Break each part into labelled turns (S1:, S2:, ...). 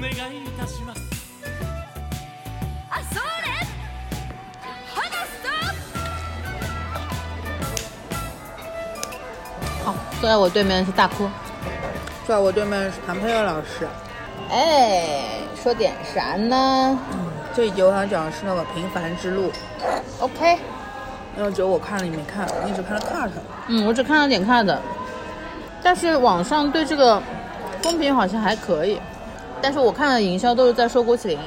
S1: 願いいたします
S2: あそれ話す
S3: 好，坐在我对面的是大哭。
S4: 在我对面是谭佩乐老师，
S3: 哎，说点啥呢
S4: 这一集我想讲的是那个平凡之路，
S3: ？OK，
S4: 那个只有我看了你没看，我一直看了 cut。
S3: 嗯，我只看了点看的，但是网上对这个风评好像还可以，但是我看的营销都是在说郭麒麟。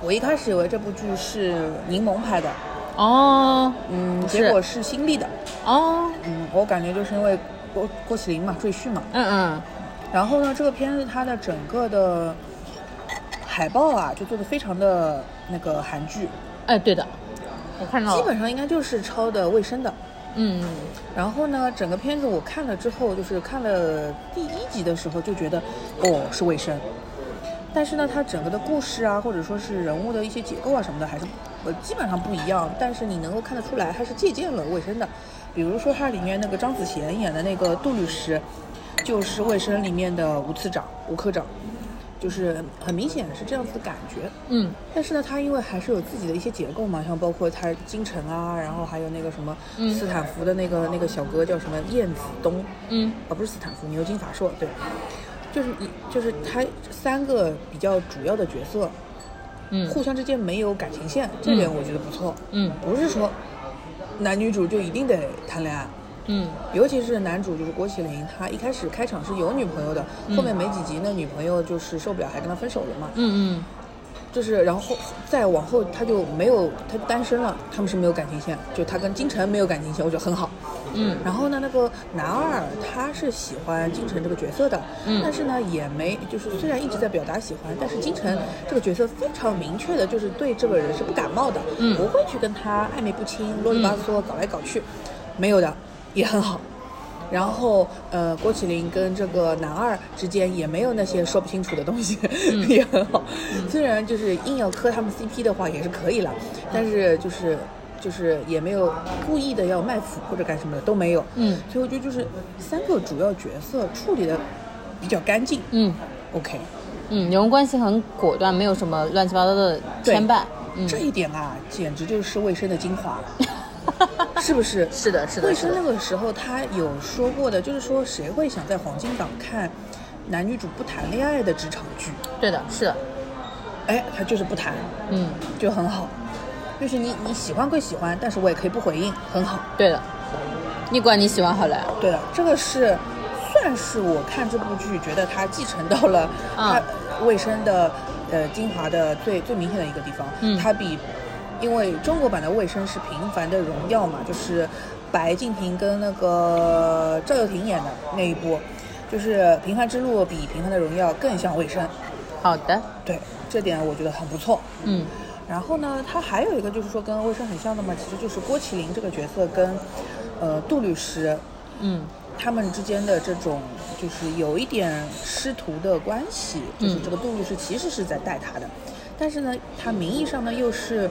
S4: 我一开始以为这部剧是柠檬拍的，
S3: 哦，
S4: 嗯，
S3: 不是
S4: 结果是新力的，
S3: 哦，
S4: 嗯，我感觉就是因为郭郭麒麟嘛，赘婿嘛。
S3: 嗯嗯，
S4: 然后呢，这个片子它的整个的海报啊，就做的非常的那个韩剧，
S3: 哎，对的，我看到
S4: 基
S3: 了。
S4: 本上应该就是抄的卫生的。
S3: 嗯，
S4: 然后呢，整个片子我看了之后，就是看了第一集的时候就觉得，哦，是卫生。但是呢，它整个的故事啊，或者说是人物的一些结构啊什么的，还是呃基本上不一样。但是你能够看得出来，它是借鉴了卫生的。比如说它里面那个张子贤演的那个杜律师，就是卫生里面的吴次长、吴科长，就是很明显是这样子的感觉。
S3: 嗯
S4: 但是呢，它因为还是有自己的一些结构嘛，像包括它京城啊，然后还有那个什么
S3: 嗯
S4: 斯坦福的那个、那个小哥叫什么燕子东，
S3: 嗯
S4: 啊不是斯坦福，牛津法硕，对，就是一就是他三个比较主要的角色，
S3: 嗯
S4: 互相之间没有感情线，这点我觉得不错，
S3: 嗯
S4: 不是说男女主就一定得谈恋爱。
S3: 嗯
S4: 尤其是男主就是郭麒麟，他一开始开场是有女朋友的，后面没几集那女朋友就是受不了，还跟他分手了嘛。
S3: 嗯
S4: 就是然后再往后他就没有他单身了，他们是没有感情线，就他跟金晨没有感情线，我觉得很好。
S3: 嗯
S4: 然后呢，那个男二他是喜欢金晨这个角色的，
S3: 嗯
S4: 但是呢也没就是虽然一直在表达喜欢，但是金晨这个角色非常明确的就是对这个人是不感冒的，
S3: 嗯
S4: 不会去跟他暧昧不清、啰里吧嗦、搞来搞去，没有的，也很好。然后，呃，郭麒麟跟这个男二之间也没有那些说不清楚的东西，
S3: 嗯
S4: 也很好。虽然就是硬要磕他们 CP 的话也是可以了，
S3: 嗯
S4: 但是就是就是也没有故意的要卖腐或者干什么的都没有。
S3: 嗯，
S4: 所以我觉得就是三个主要角色处理的比较干净。
S3: 嗯
S4: OK，
S3: 嗯，人物关系很果断，没有什么乱七八糟的牵绊。嗯，
S4: 这一点啊，简直就是卫生的精华， 是不是？
S3: 是的，是
S4: 卫
S3: 的，
S4: 生
S3: 是
S4: 那
S3: 的。
S4: 个时候他有说过的，就是说谁会想在黄金档看男女主不谈恋爱的职场剧？
S3: 对的，是的。
S4: 哎，他就是不谈，
S3: 嗯，
S4: 就很好。就是你你喜欢归喜欢，但是我也可以不回应，很好。
S3: 对的。你管你喜欢好了。
S4: 对的，这个是算是我看这部剧觉得它继承到了它
S3: 嗯
S4: 卫生的呃精华的最最明显的一个地方。
S3: 嗯
S4: 它比因为中国版的卫生是《平凡的荣耀》嘛，就是白敬亭跟那个赵又廷演的那一部，就是《平凡之路》比《平凡的荣耀》更像卫生。
S3: 好的。
S4: 对，这点我觉得很不错。
S3: 嗯
S4: 然后呢，它还有一个就是说跟卫生很像的嘛，其实就是郭麒麟这个角色跟呃杜律师
S3: 嗯
S4: 他们之间的这种就是有一点师徒的关系，
S3: 嗯
S4: 就是这个杜律师其实是在带他的，但是呢，他名义上呢又是，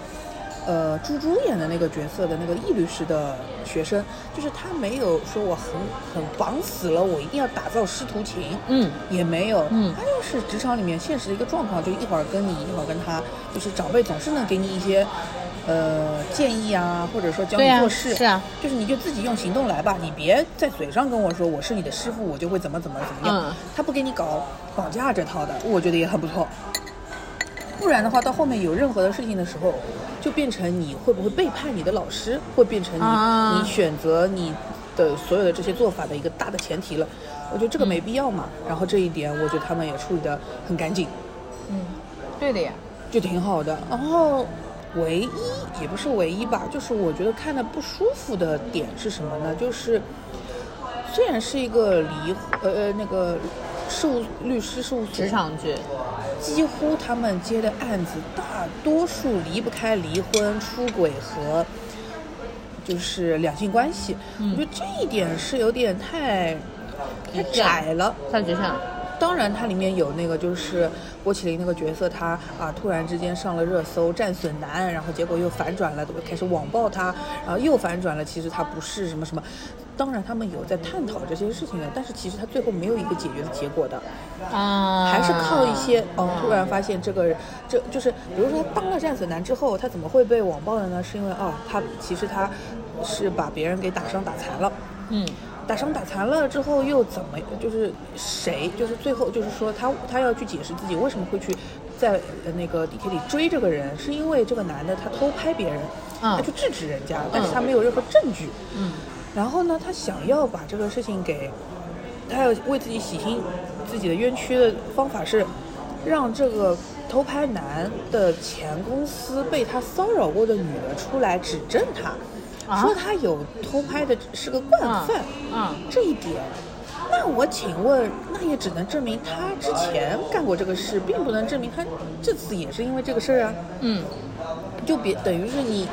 S4: 呃，猪猪演的那个角色的那个易律师的学生，就是他没有说我很很绑死了，我一定要打造师徒情，
S3: 嗯
S4: 也没有，
S3: 嗯
S4: 他就是职场里面现实的一个状况，就一会儿跟你，一会儿跟他，就是长辈总是能给你一些，呃，建议啊，或者说教你
S3: 对啊
S4: 做事，
S3: 是啊，
S4: 就是你就自己用行动来吧，你别在嘴上跟我说我是你的师傅，我就会怎么怎么怎么样，
S3: 嗯
S4: 他不给你搞绑架这套的，我觉得也很不错。不然的话，到后面有任何的事情的时候，就变成你会不会背叛你的老师，会变成你、
S3: 啊
S4: 你选择你的所有的这些做法的一个大的前提了。我觉得这个没
S3: 嗯
S4: 必要嘛。然后这一点，我觉得他们也处理得很干净，
S3: 嗯，对的呀。
S4: 就挺好的。然后唯一也不是唯一吧，就是我觉得看的不舒服的点是什么呢？就是虽然是一个离呃呃那个事务律师事务所
S3: 职场剧。
S4: 几乎他们接的案子大多数离不开离婚、出轨和就是两性关嗯系。我觉得这一点是有点太太窄了。
S3: 太局限了。
S4: 当然，它里面有那个就是郭麒麟那个角色，他啊突然之间上了热搜，战损男，然后结果又反转了，开始网暴他，然后又反转了，其实他不是什么什么。当然，他们有在探讨这些事情的，但是其实他最后没有一个解决的结果的。
S3: 啊，
S4: 还是靠一些哦，突然发现这个，这就是比如说当了战损男之后，他怎么会被网暴的呢？是因为哦，他其实他是把别人给打伤打残了，
S3: 嗯
S4: 打伤打残了之后又怎么就是谁就是最后就是说他他要去解释自己为什么会去在呃那个地铁里追这个人，是因为这个男的他偷拍别人，
S3: 嗯
S4: 他去制止人家，但是他没有任何证据，嗯，然后呢，他想要把这个事情给，他要为自己洗清自己的冤屈的方法是，让这个偷拍男的前公司被他骚扰过的女的出来指证他，
S3: 啊
S4: 说他有偷拍的是个惯
S3: 嗯
S4: 犯，
S3: 嗯，
S4: 这一点。那我请问，那也只能证明他之前干过这个事，并不能证明他这次也是因为这个事儿啊。
S3: 嗯，
S4: 就别等于是你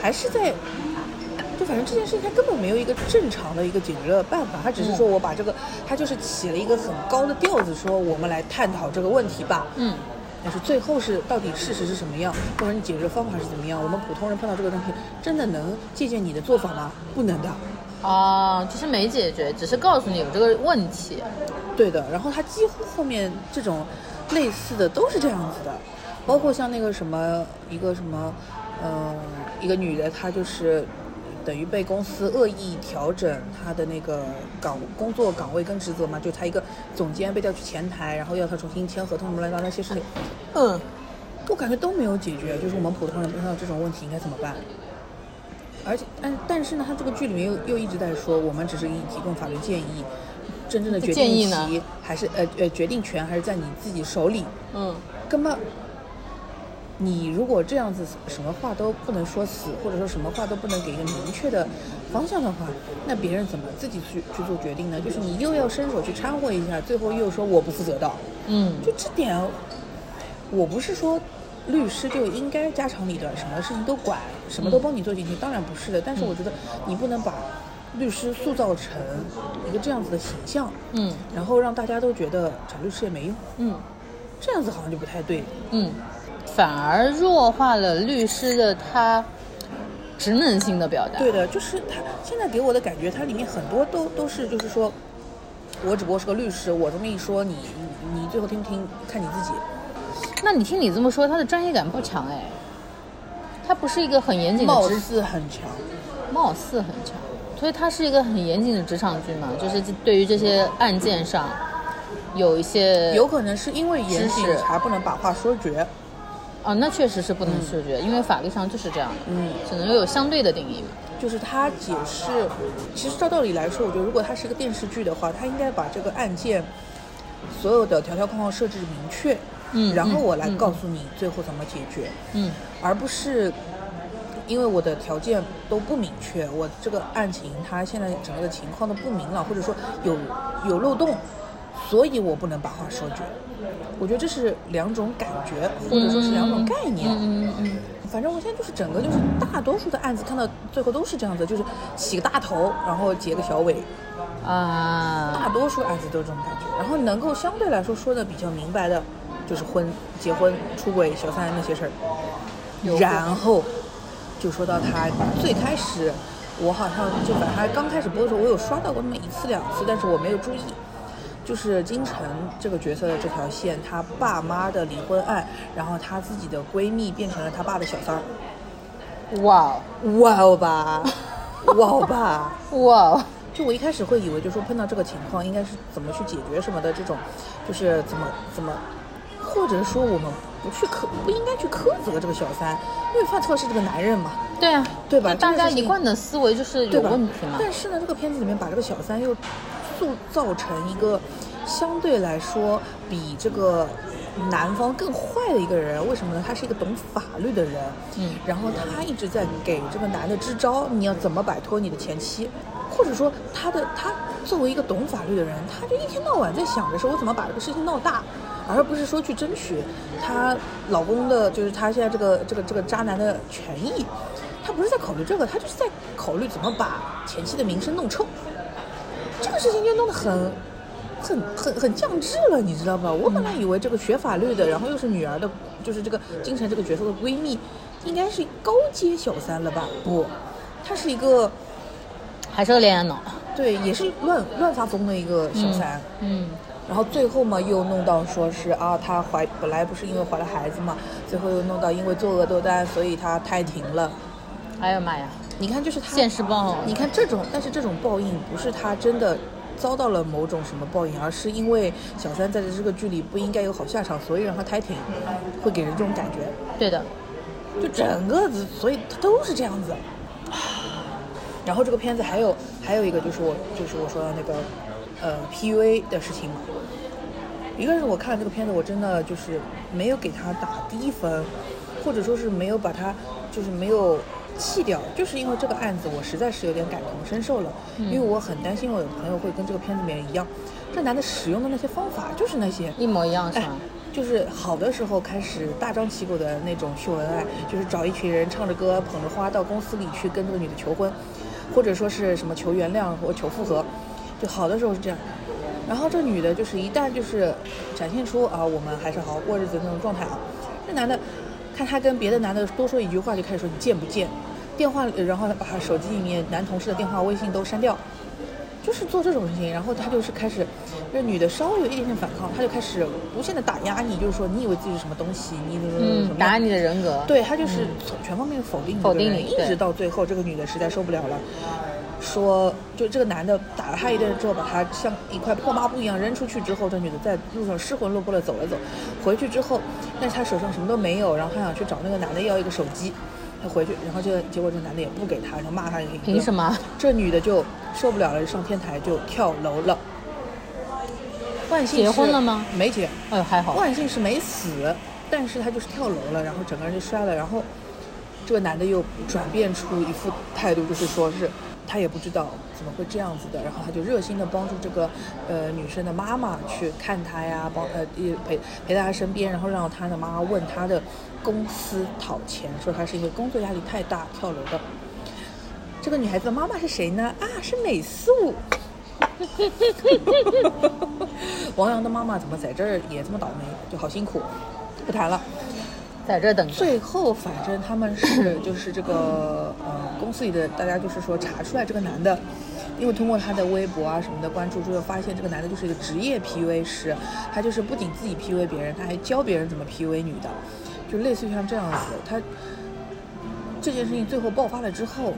S4: 还是在，就反正这件事情他根本没有一个正常的一个解决的办法，他
S3: 嗯
S4: 只是说我把这个，他就是起了一个很高的调子，说我们来探讨这个问题吧。
S3: 嗯，
S4: 但是最后是到底事实是什么样，或者你解决方法是怎么样，我们普通人碰到这个东西，真的能借鉴你的做法吗？不能的。
S3: 哦，就是没解决，只是告诉你有这个问题。
S4: 对的，然后他几乎后面这种类似的都是这样子的，包括像那个什么一个什么，嗯、一个女的她就是等于被公司恶意调整她的那个岗工作岗位跟职责嘛，就她一个总监被调去前台，然后要她重新签合同什么乱七八糟那些事情，
S3: 嗯，
S4: 我感觉都没有解决，就是我们普通人碰到这种问题应该怎么办？而且，但但是呢，他这个剧里面又又一直在说，我们只是给你提供法律建议，真正的决定
S3: 建议呢
S4: 题还是呃呃决定权还是在你自己手里。
S3: 嗯，
S4: 根本，你如果这样子什么话都不能说死，或者说什么话都不能给一个明确的方向的话，那别人怎么自己去去做决定呢？就是你又要伸手去掺和一下，最后又说我不负责的。
S3: 嗯，
S4: 就这点，我不是说律师就应该家长里短，什么事情都管，什么
S3: 嗯
S4: 都帮你做进去，当然不是的。但是我觉得你不能把律师塑造成一个这样子的形象，
S3: 嗯，
S4: 然后让大家都觉得找律师也没用，
S3: 嗯，
S4: 这样子好像就不太对。
S3: 嗯，反而弱化了律师的他职能性的表达。
S4: 对的，就是他现在给我的感觉，它里面很多都都是就是说，我只不过是个律师，我这么一说你你你最后听不听看你自己。
S3: 那你听你这么说，他的专业感不强哎，他不是一个很严谨的
S4: 貌
S3: 职，
S4: 似很强，
S3: 貌似很强，所以他是一个很严谨的职场剧嘛，就是对于这些案件上有一些
S4: 有可能是因为严
S3: 知
S4: 谨
S3: 识
S4: 才不能把话说绝。
S3: 啊，那确实是不能拒绝，因为法律上就是这样的，
S4: 嗯，
S3: 只能有相对的定义嘛。
S4: 就是他解释，其实照道理来说，我觉得如果它是一个电视剧的话，他应该把这个案件所有的条条框框设置明确，
S3: 嗯
S4: 然后
S3: 嗯
S4: 我来
S3: 嗯
S4: 告诉你最后怎么解决，
S3: 嗯
S4: 而不是因为我的条件都不明确，我这个案情它现在整个的情况都不明朗，或者说有有漏洞，所以我不能把话说绝。我觉得这是两种感觉，或者说是两种概念。
S3: 嗯嗯
S4: 反正我现在就是整个就是大多数的案子看到最后都是这样子，就是起个大头，然后结个小尾，
S3: 嗯啊
S4: 大多数案子都是这种感觉。然后能够相对来说说的比较明白的，就是婚、结婚、出轨、小三那些事
S3: 有
S4: 儿。然后就说到他最开始，我好像就把他刚开始播的时候，我有刷到过那么一次两次，但是我没有注意。就是金晨这个角色的这条线，她爸妈的离婚案，然后她自己的闺蜜变成了她爸的小三儿。
S3: 哇哦
S4: 哇哦吧，哇哦吧！
S3: 哇哦
S4: 就我一开始会以为，就说碰到这个情况应该是怎么去解决什么的这种，就是怎么怎么，或者说我们不去苛不应该去苛责这个小三，因为犯错是这个男人嘛，
S3: 对啊，
S4: 对吧
S3: 就大
S4: 这个
S3: 家
S4: 事情
S3: 一贯的思维就是
S4: 对
S3: 有
S4: 吧
S3: 问题嘛？
S4: 但是呢，这个片子里面把这个小三又塑造成一个相对来说比这个男方更坏的一个人，为什么呢？他是一个懂法律的人，
S3: 嗯
S4: 然后他一直在给这个男的支招，你要怎么摆脱你的前妻，或者说他的他作为一个懂法律的人，他就一天到晚在想着说我怎么把这个事情闹大。而不是说去争取她老公的，就是她现在这个这个这个渣男的权益，她不是在考虑这个，她就是在考虑怎么把前妻的名声弄臭。这个事情就弄得很很很很降智了，你知道吧？我本
S3: 嗯
S4: 来以为这个学法律的，然后又是女儿的，就是这个金晨这个角色的闺蜜，应该是高阶小三了吧？不，她是一个
S3: 还是个恋爱脑。
S4: 对，也是乱乱发疯的一个小三。
S3: 嗯，
S4: 然后最后嘛，又弄到说是啊，她怀本来不是因为怀了孩子嘛，最后又弄到因为作恶多端，所以她胎停了。
S3: 哎呀妈呀，
S4: 你看，就是她
S3: 现世报。
S4: 你看这种，但是这种报应不是他真的遭到了某种什么报应，而是因为小三在这个剧里不应该有好下场，所以让他胎停，会给人这种感觉。
S3: 对的，
S4: 就整个，所以他都是这样子。 然后这个片子还有还有一个就是我就是我说的那个呃 PUA 的事情嘛。一个是我看了这个片子，我真的就是没有给他打低分，或者说是没有把他就是没有弃掉，就是因为这个案子我实在是有点感同身受了，因为我很担心我有朋友会跟这个片子里面一样，这男的使用的那些方法就是那些
S3: 一模一样是
S4: 哎
S3: 吧？，
S4: 就是好的时候开始大张旗鼓的那种秀恩爱，就是找一群人唱着歌捧着花到公司里去跟这个女的求婚，或者说是什么求原谅或求复合，就好的时候是这样。然后这女的就是一旦就是展现出啊我们还是好好过日子的那种状态啊，这男的看他跟别的男的多说一句话就开始说你贱不贱，电话呃然后把手机里面男同事的电话微信都删掉，就是做这种事情，然后他就是开始，这女的稍微有一点点反抗，他就开始无限的打压你，就是说你以为自己是什么东西，你怎么怎么怎
S3: 嗯，
S4: 么
S3: 打
S4: 样
S3: 压你的人格。
S4: 对他就是从全方面地否定你
S3: 否
S4: 这个
S3: 定
S4: 人
S3: 你
S4: 一
S3: 对
S4: 直到最后，这个女的实在受不了了，说就这个男的打了她一顿之后，把她像一块破抹布一样扔出去之后，这女的在路上失魂落魄的走了走，回去之后，但是她手上什么都没有，然后她想去找那个男的要一个手机，她回去，然后这个结果这男的也不给她，然后骂她一顿，
S3: 凭什么？
S4: 这女的就受不了了，上天台就跳楼了。万幸是
S3: 结婚了吗？
S4: 没结，
S3: 哎呦，还好。
S4: 万幸是没死，但是她就是跳楼了，然后整个人就摔了，然后这个男的又转变出一副态度，就是说是他也不知道怎么会这样子的，然后他就热心的帮助这个呃女生的妈妈去看她呀，帮呃也陪陪在她身边，然后让她的妈妈问她的公司讨钱，说她是因为工作压力太大跳楼的。这个女孩子的妈妈是谁呢？啊，是美素。 王阳的妈妈怎么在这儿也这么倒霉，就好辛苦。不谈了。
S3: 在这儿等着。
S4: 最后，反正他们是就是这个呃公司里的大家就是说查出来这个男的，因为通过他的微博啊什么的关注之后，发现这个男的就是一个职业 PUA 师，他就是不仅自己 PUA 别人，他还教别人怎么 PUA 女的，就类似于像这样子。他这件事情最后爆发了之后，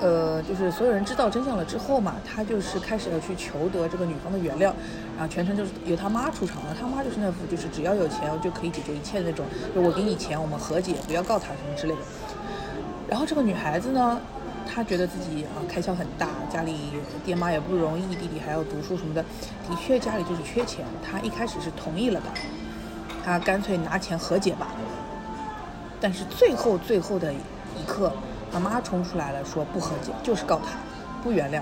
S4: 呃，就是所有人知道真相了之后嘛，他就是开始要去求得这个女方的原谅，然后全程就是由他妈出场了。他妈就是那副就是只要有钱我就可以解决一切的那种，就我给你钱，我们和解，不要告他什么之类的。然后这个女孩子呢，她觉得自己啊开销很大，家里爹妈也不容易，弟弟还要读书什么的，的确家里就是缺钱。她一开始是同意了的，她干脆拿钱和解吧。但是最后最后的一刻，妈妈冲出来了，说不和解，就是告他，不原谅。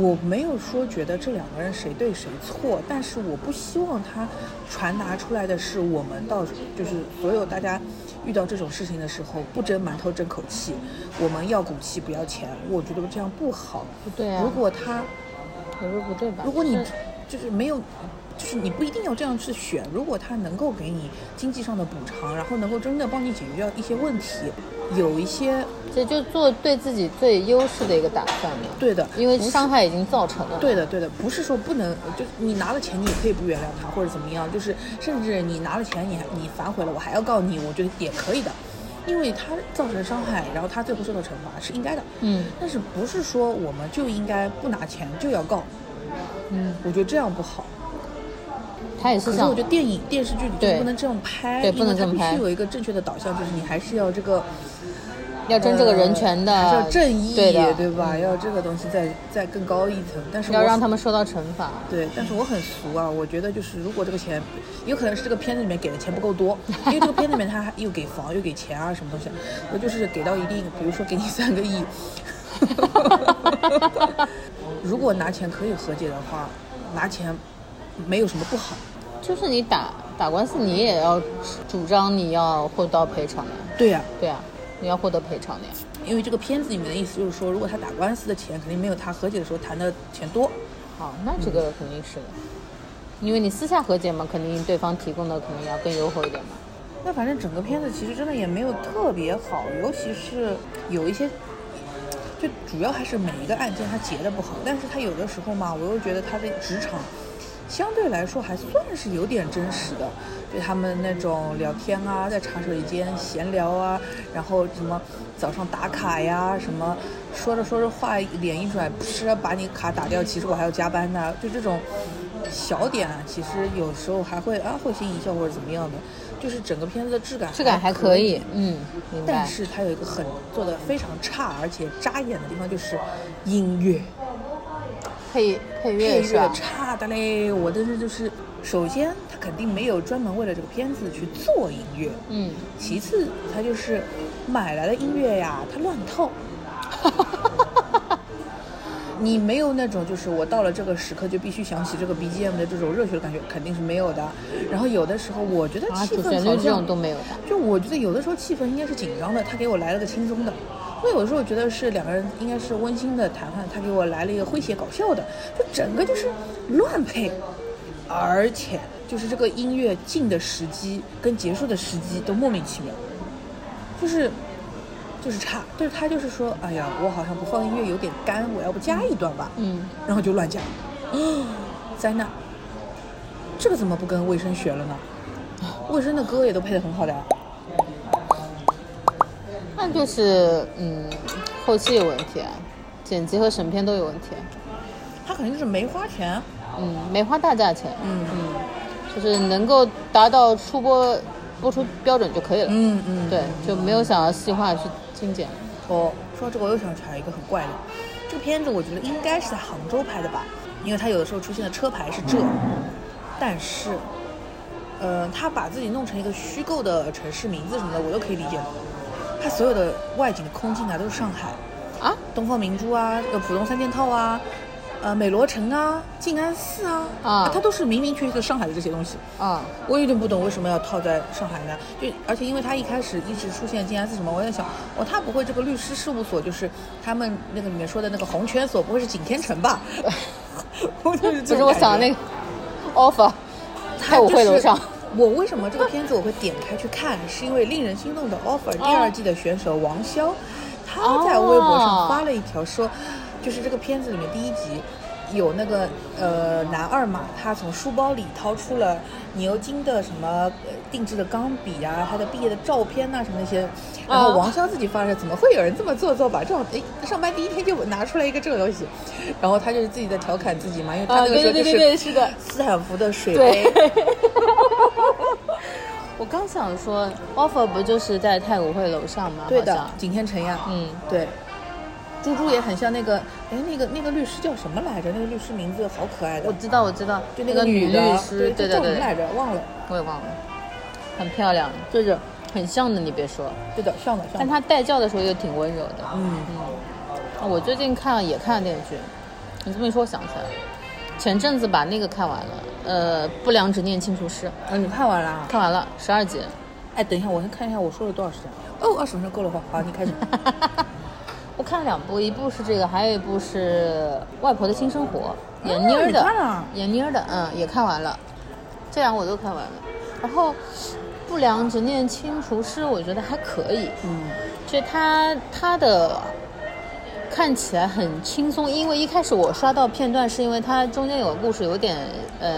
S4: 我没有说觉得这两个人谁对谁错，但是我不希望他传达出来的是我们到就是所有大家遇到这种事情的时候不争馒头争口气，我们要骨气不要钱，我觉得这样不好。
S3: 不对啊
S4: 如，果他
S3: 也不是不对吧？
S4: 如果你
S3: 这
S4: 就是没有，就是你不一定要这样去选。如果他能够给你经济上的补偿，然后能够真的帮你解决掉一些问题，有一些
S3: 这就做对自己最优势的一个打算嘛。
S4: 对的，
S3: 因为
S4: 不是
S3: 伤害已经造成了。
S4: 对的，对的，不是说不能，就是你拿了钱你也可以不原谅他或者怎么样，就是甚至你拿了钱你还你反悔了，我还要告你，我觉得也可以的，因为他造成伤害，然后他最后受到惩罚是应该的。
S3: 嗯，
S4: 但是不是说我们就应该不拿钱就要告？
S3: 嗯，
S4: 我觉得这样不好。
S3: 他也
S4: 可
S3: 是
S4: 是我
S3: 想
S4: 觉得电影电视剧里就
S3: 对
S4: 不能这样拍，
S3: 对
S4: 因为
S3: 不能这么
S4: 它
S3: 拍
S4: 必须有一个正确的导向，就是你还是要这个
S3: 要争这个人权
S4: 呃还是
S3: 的
S4: 要正义，
S3: 对的，
S4: 吧？要这个东西再再更高一层，但是
S3: 要
S4: 我
S3: 让他们受到惩罚。
S4: 对，但是我很俗啊，我觉得就是如果这个钱，有可能是这个片子里面给的钱不 够多，因为这个片子里面他还又给房又给钱啊什么东西，我就是给到一定，比如说给你三个亿， 如果拿钱可以和解的话，拿钱没有什么不好。
S3: 就是你打打官司，你也要主张你要获得赔偿的呀，
S4: 对呀、
S3: 对啊，你要获得赔偿的呀。
S4: 因为这个片子里面的意思就是说，如果他打官司的钱肯定没有他和解的时候谈的钱多，
S3: 好，那这个肯定是的，因为你私下和解嘛，肯定对方提供的可能要更优厚一点嘛。
S4: 那反正整个片子其实真的也没有特别好，尤其是有一些，就主要还是每一个案件它结的不好，但是它有的时候嘛，我又觉得他的职场相对来说还算是有点真实的，就他们那种聊天啊，在茶水间闲聊啊，然后什么早上打卡呀，什么说着说着话脸一转，不是把你卡打掉，其实我还要加班呢、就这种小点啊，其实有时候还会啊会心一笑或者怎么样的。就是整个片子的质感，
S3: 质感还可以，嗯，明白
S4: 但。是它有一个很做的非常差，而且扎眼的地方就是音乐，
S3: 配配
S4: 配
S3: 乐是
S4: 乐
S3: 吧？
S4: 差的嘞。我真是就是，首先它肯定没有专门为了这个片子去做音乐，
S3: 嗯，
S4: 其次它就是买来的音乐呀，它乱套。你没有那种就是我到了这个时刻就必须想起这个 BGM 的这种热血的感觉，肯定是没有的。然后有的时候我觉得
S3: 啊，
S4: 气
S3: 主
S4: 氛
S3: 旋
S4: 好
S3: 律这
S4: 像
S3: 种都没有的。
S4: 就我觉得有的时候气氛应该是紧张的，他给我来了个轻松的；我有的时候觉得是两个人应该是温馨的谈话，他给我来了一个诙谐搞笑的，就整个就是乱配，而且就是这个音乐进的时机跟结束的时机都莫名其妙，就是就是差，就是他就是说，哎呀，我好像不放音乐有点干，我要不加一段吧，
S3: 嗯，
S4: 然后就乱加，嗯，灾难，这个怎么不跟卫生学了呢？卫生的歌也都配得很好的、啊。
S3: 那就是嗯，后期有问题啊，剪辑和审片都有问题。啊
S4: 他肯定是没花钱，
S3: 嗯，没花大价钱，
S4: 嗯
S3: 嗯，就是能够达到出播播出标准就可以了。
S4: 嗯嗯
S3: 对，就没有想要细化去精简。
S4: 哦，说到这个，我又想起来一个很怪的，这个片子我觉得应该是在杭州拍的吧，因为它有的时候出现的车牌是这，但是，呃，他把自己弄成一个虚构的城市名字什么的，我都可以理解。他所有的外景的空镜啊，都是上海，
S3: 啊，
S4: 东方明珠啊，呃，浦东三件套啊，呃，美罗城啊，静安寺啊，
S3: 啊
S4: 它都是明明确确的上海的这些东西。
S3: 啊，
S4: 我有点不懂为什么要套在上海呢？就而且因为他一开始一直出现静安寺什么，我在想，哦，他不会这个律师事务所就是他们那个里面说的那个红圈所，不会是景天城吧？ 我就
S3: 不
S4: 是
S3: 是
S4: 这种
S3: 我
S4: 感觉
S3: 想的那个 offer，
S4: 他
S3: 开舞会
S4: 就
S3: 楼
S4: 是
S3: 上。
S4: 我为什么这个片子我会点开去看，是因为《令人心动的 offer》第
S3: 哦
S4: 二季的选手王潇，他在微博上发了一条说，就是这个片子里面第一集有那个呃男二嘛，他从书包里掏出了牛津的什么呃定制的钢笔啊，他的毕业的照片呐、什么那些，然后
S3: 啊
S4: 王潇自己发了，怎么会有人这么做作吧？这种哎上班第一天就拿出来一个这个东西，然后他就是自己在调侃自己嘛，因为他
S3: 啊
S4: 那个时
S3: 对
S4: 候
S3: 对
S4: 就
S3: 对对是的
S4: 斯坦福的水杯
S3: 对。 我刚想说，offer 不就是在太古汇楼上吗？
S4: 对
S3: 好
S4: 的
S3: 像，
S4: 景天城呀，
S3: 嗯，
S4: 对。猪猪也很像那个，哎，那个那个律师叫什么来着？那个律师名字好可爱的
S3: 我，知道，我知道，
S4: 就
S3: 那
S4: 个
S3: 女
S4: 的
S3: 律师，对
S4: 对
S3: 对
S4: 叫什么来
S3: 对，
S4: 着？忘了。
S3: 我也忘了，很漂亮，
S4: 对的，
S3: 很像的，你别说，
S4: 对的，像的像
S3: 但
S4: 的。
S3: 她带教的时候又挺温柔的。
S4: 嗯，
S3: 啊我最近看了也看了电视剧，你这么一说，我想起来了，前阵子把那个看完了，呃，《不良执念清除师》
S4: 啊，你看完了啊？
S3: 看完了十二集，
S4: 哎，等一下，我先看一下我说了多少时间。哦，二十分钟够了吧？好，你开始。
S3: 我看了两部，一部是这个，还有一部是《外婆的新生活》，闫妮
S4: 哦
S3: 儿
S4: 你
S3: 的
S4: 看了，
S3: 闫妮儿的，嗯，也看完了，这两个我都看完了。然后《不良执念清除师》，我觉得还可以，
S4: 嗯，
S3: 就它它的看起来很轻松，因为一开始我刷到片段，是因为它中间有个故事有点呃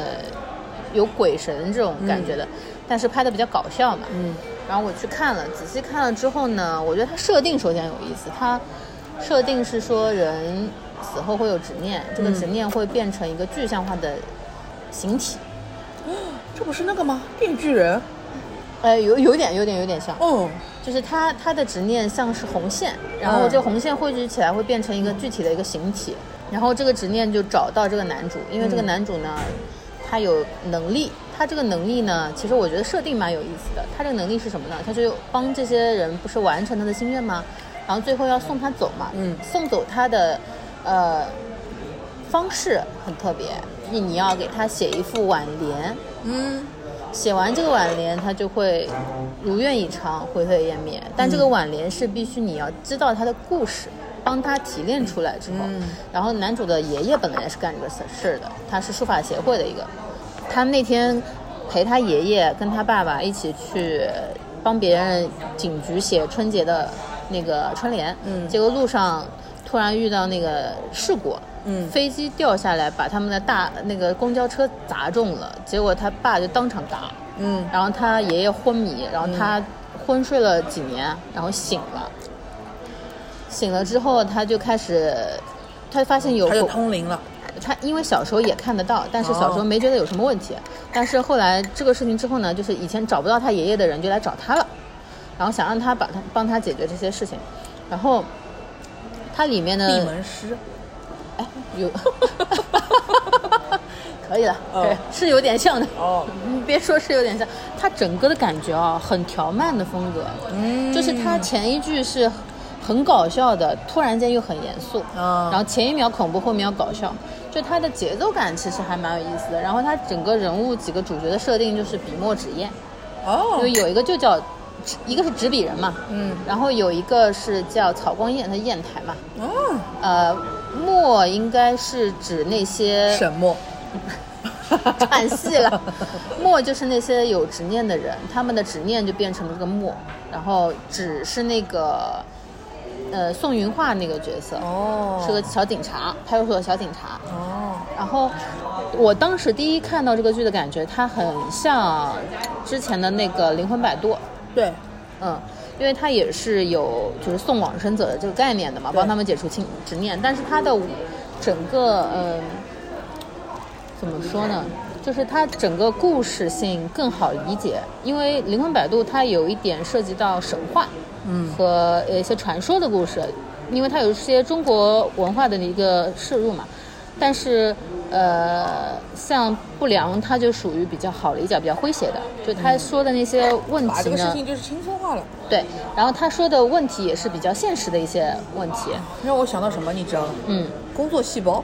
S3: 有鬼神这种感觉的，但是拍的比较搞笑嘛。
S4: 嗯。
S3: 然后我去看了，仔细看了之后呢，我觉得它设定首先有意思，它设定是说人死后会有执念，这个执念会变成一个具象化的形体。
S4: 这不是那个吗？电锯人。
S3: 呃，有有点有点有点像，
S4: 哦，
S3: 就是它它的执念像是红线，然后这个红线汇聚起来会变成一个具体的一个形体，然后这个执念就找到这个男主，因为这个男主呢，他有能力，他这个能力呢，其实我觉得设定蛮有意思的。他这个能力是什么呢？他就帮这些人不是完成他的心愿吗？然后最后要送他走嘛，
S4: 嗯
S3: 送走他的，呃，方式很特别，你你要给他写一副挽联，
S4: 嗯，
S3: 写完这个挽联，他就会如愿以偿，灰飞烟灭。但这个挽联是必须你要知道它的故事，帮他提炼出来之后，然后男主的爷爷本来也是干这个事事的，他是书法协会的一个，他那天陪他爷爷跟他爸爸一起去帮别人警局写春节的那个春联，嗯，结果路上突然遇到那个事故。
S4: 嗯
S3: 飞机掉下来，把他们的大那个公交车砸中了，结果他爸就当场嘎，
S4: 嗯，
S3: 然后他爷爷昏迷，然后他昏睡了几年，然后醒了，醒了之后他就开始，他发现有
S4: 他就通灵了。
S3: 他因为小时候也看得到，但是小时候没觉得有什么问
S4: 哦
S3: 题。但是后来这个事情之后呢，就是以前找不到他爷爷的人就来找他了，然后想让他把他帮他解决这些事情，然后它里面
S4: 闭
S3: 呢，
S4: 门师，
S3: 哎，有， 可以了，
S4: 哦
S3: 对，是有点像的。
S4: 哦，
S3: 你别说是有点像，它整个的感觉啊，很条漫的风格，
S4: 嗯
S3: 就是它前一句是很搞笑的，突然间又很严肃，
S4: 啊
S3: 然后前一秒恐怖，后一秒搞笑，就它的节奏感其实还蛮有意思的。然后它整个人物几个主角的设定就是笔墨纸砚，
S4: 哦
S3: 就，有一个就叫，一个是执笔人嘛，
S4: 嗯，
S3: 然后有一个是叫草光砚，他砚台嘛，
S4: 哦，
S3: 呃，墨应该是指那些
S4: 沈墨，
S3: 串戏了。墨就是那些有执念的人，他们的执念就变成了这个墨，然后纸是那个，呃，宋云画那个角色，
S4: 哦，
S3: 是个小警察，派出所的小警察。
S4: 哦，
S3: 然后我当时第一看到这个剧的感觉，它很像之前的那个《灵魂摆渡》，
S4: 对，
S3: 嗯，因为它也是有就是送往生者的这个概念的嘛，
S4: 对
S3: 帮他们解除清执念，但是它的整个嗯、怎么说呢？就是它整个故事性更好理解，因为《灵魂摆渡》它有一点涉及到神话，嗯，和呃一些传说的故事，因为它有一些中国文化的一个摄入嘛。但是，呃，像不良，它就属于比较好理解、比较诙谐的，就他说的那些问
S4: 嗯把
S3: 题
S4: 这个事
S3: 呢，
S4: 情就是轻松化了，
S3: 对，然后他说的问题也是比较现实的一些问题。
S4: 让我想到什么，你知道吗？
S3: 嗯，
S4: 工作细胞。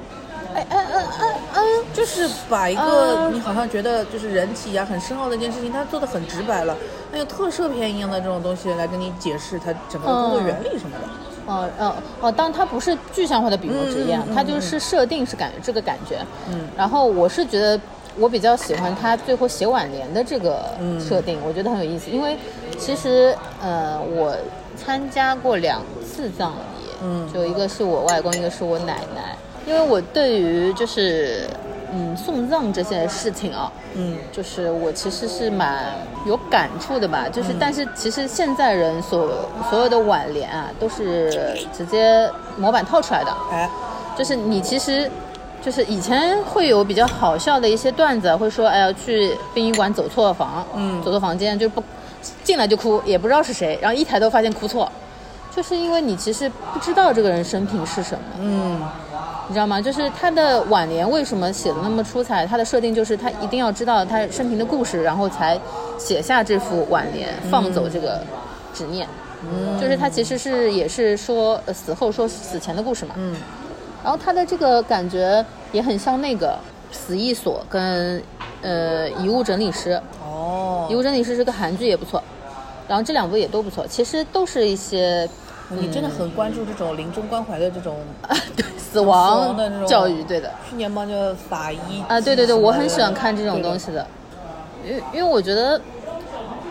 S3: 哎哎哎哎哎，
S4: 就是把一个
S3: 嗯
S4: 你好像觉得就是人体啊很深奥的一件事情，它做的很直白了，那用特摄片一样的这种东西来跟你解释它整个的工作原理什么的。
S3: 哦哦哦，当然它不是具象化的笔墨纸砚
S4: 嗯嗯嗯，
S3: 它就是设定是感这个感觉。
S4: 嗯，
S3: 然后我是觉得我比较喜欢他最后写挽联的这个
S4: 嗯
S3: 设定，我觉得很有意思，因为其实呃我参加过两次葬礼，
S4: 嗯
S3: 就一个是我外公，一个是我奶奶，因为我对于就是嗯送葬这些事情啊，
S4: 嗯
S3: 就是我其实是蛮有感触的吧，就是、但是其实现在人所所有的挽联啊，都是直接模板套出来的，
S4: 哎，
S3: 就是你其实。就是以前会有比较好笑的一些段子，会说哎呀去殡仪馆走错房，
S4: 嗯
S3: 走错房间就不进来就哭，也不知道是谁，然后一抬头发现哭错，就是因为你其实不知道这个人生平是什么，
S4: 嗯，
S3: 你知道吗？就是他的晚年为什么写的那么出彩？他的设定就是他一定要知道他生平的故事，然后才写下这副晚年，放走这个执念。嗯，就是他其实是也是说、呃、死后说死前的故事嘛。
S4: 嗯，
S3: 然后他的这个感觉也很像那个死役所跟呃遗物整理师。遗
S4: 哦，
S3: 物整理师这个韩剧也不错，然后这两部也都不错，其实都是一些
S4: 你真的很关注这种临终关怀的这种。
S3: 对死亡
S4: 亡的这种
S3: 教育，对的。
S4: 去年嘛叫法医
S3: 啊，对对对，
S4: 什么
S3: 我
S4: 的
S3: 很喜欢看这种东。西的，因为因为我觉得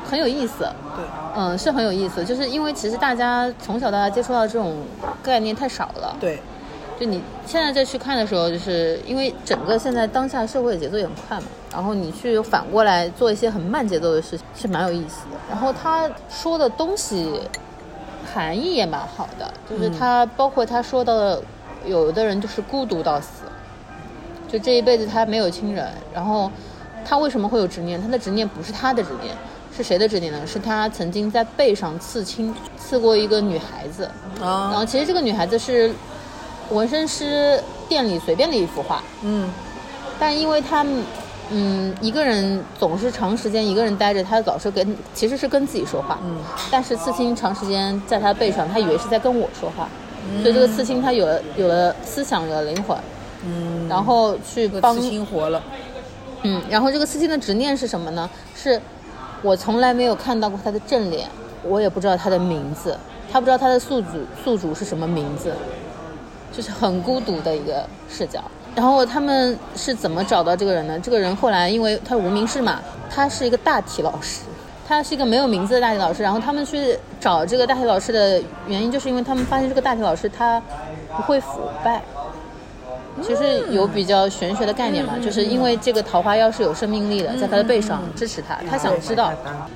S3: 很有意思，
S4: 对的
S3: 嗯，是很有意思，就是因为其实大家从小到大接触到这种概念太少了，
S4: 对对，
S3: 就你现在再去看的时候，就是因为整个现在当下社会的节奏也很快嘛，然后你去反过来做一些很慢节奏的事情是蛮有意思的。然后他说的东西含义也蛮好的，就是他包括他说到的，有的人就是孤独到死，就这一辈子他没有亲人，然后他为什么会有执念？他的执念不是他的执念，是谁的执念呢？是他曾经在背上刺青，刺过一个女孩子，然
S4: 啊，
S3: 后其实这个女孩子是纹身师店里随便的一幅画，
S4: 嗯，
S3: 但因为她嗯一个人总是长时间一个人待着，她老是跟其实是跟自己说话，
S4: 嗯，
S3: 但是刺青长时间在她背上，她以为是在跟我说话，
S4: 嗯
S3: 所以这个刺青她有了有了思想，有了灵魂，嗯，然后去
S4: 这个
S3: 帮
S4: 刺青活了，
S3: 嗯，然后这个刺青的执念是什么呢？是我从来没有看到过他的正脸，我也不知道他的名字，他不知道他的宿主宿主是什么名字，就是很孤独的一个视角。然后他们是怎么找到这个人呢？这个人后来因为他无名氏嘛，他是一个大体老师，他是一个没有名字的大体老师。然后他们去找这个大体老师的原因，就是因为他们发现这个大体老师他不会腐败。其实有比较玄学的概念嘛，就是因为这个桃花妖是有生命力的，在他的背上支持他，他想知道，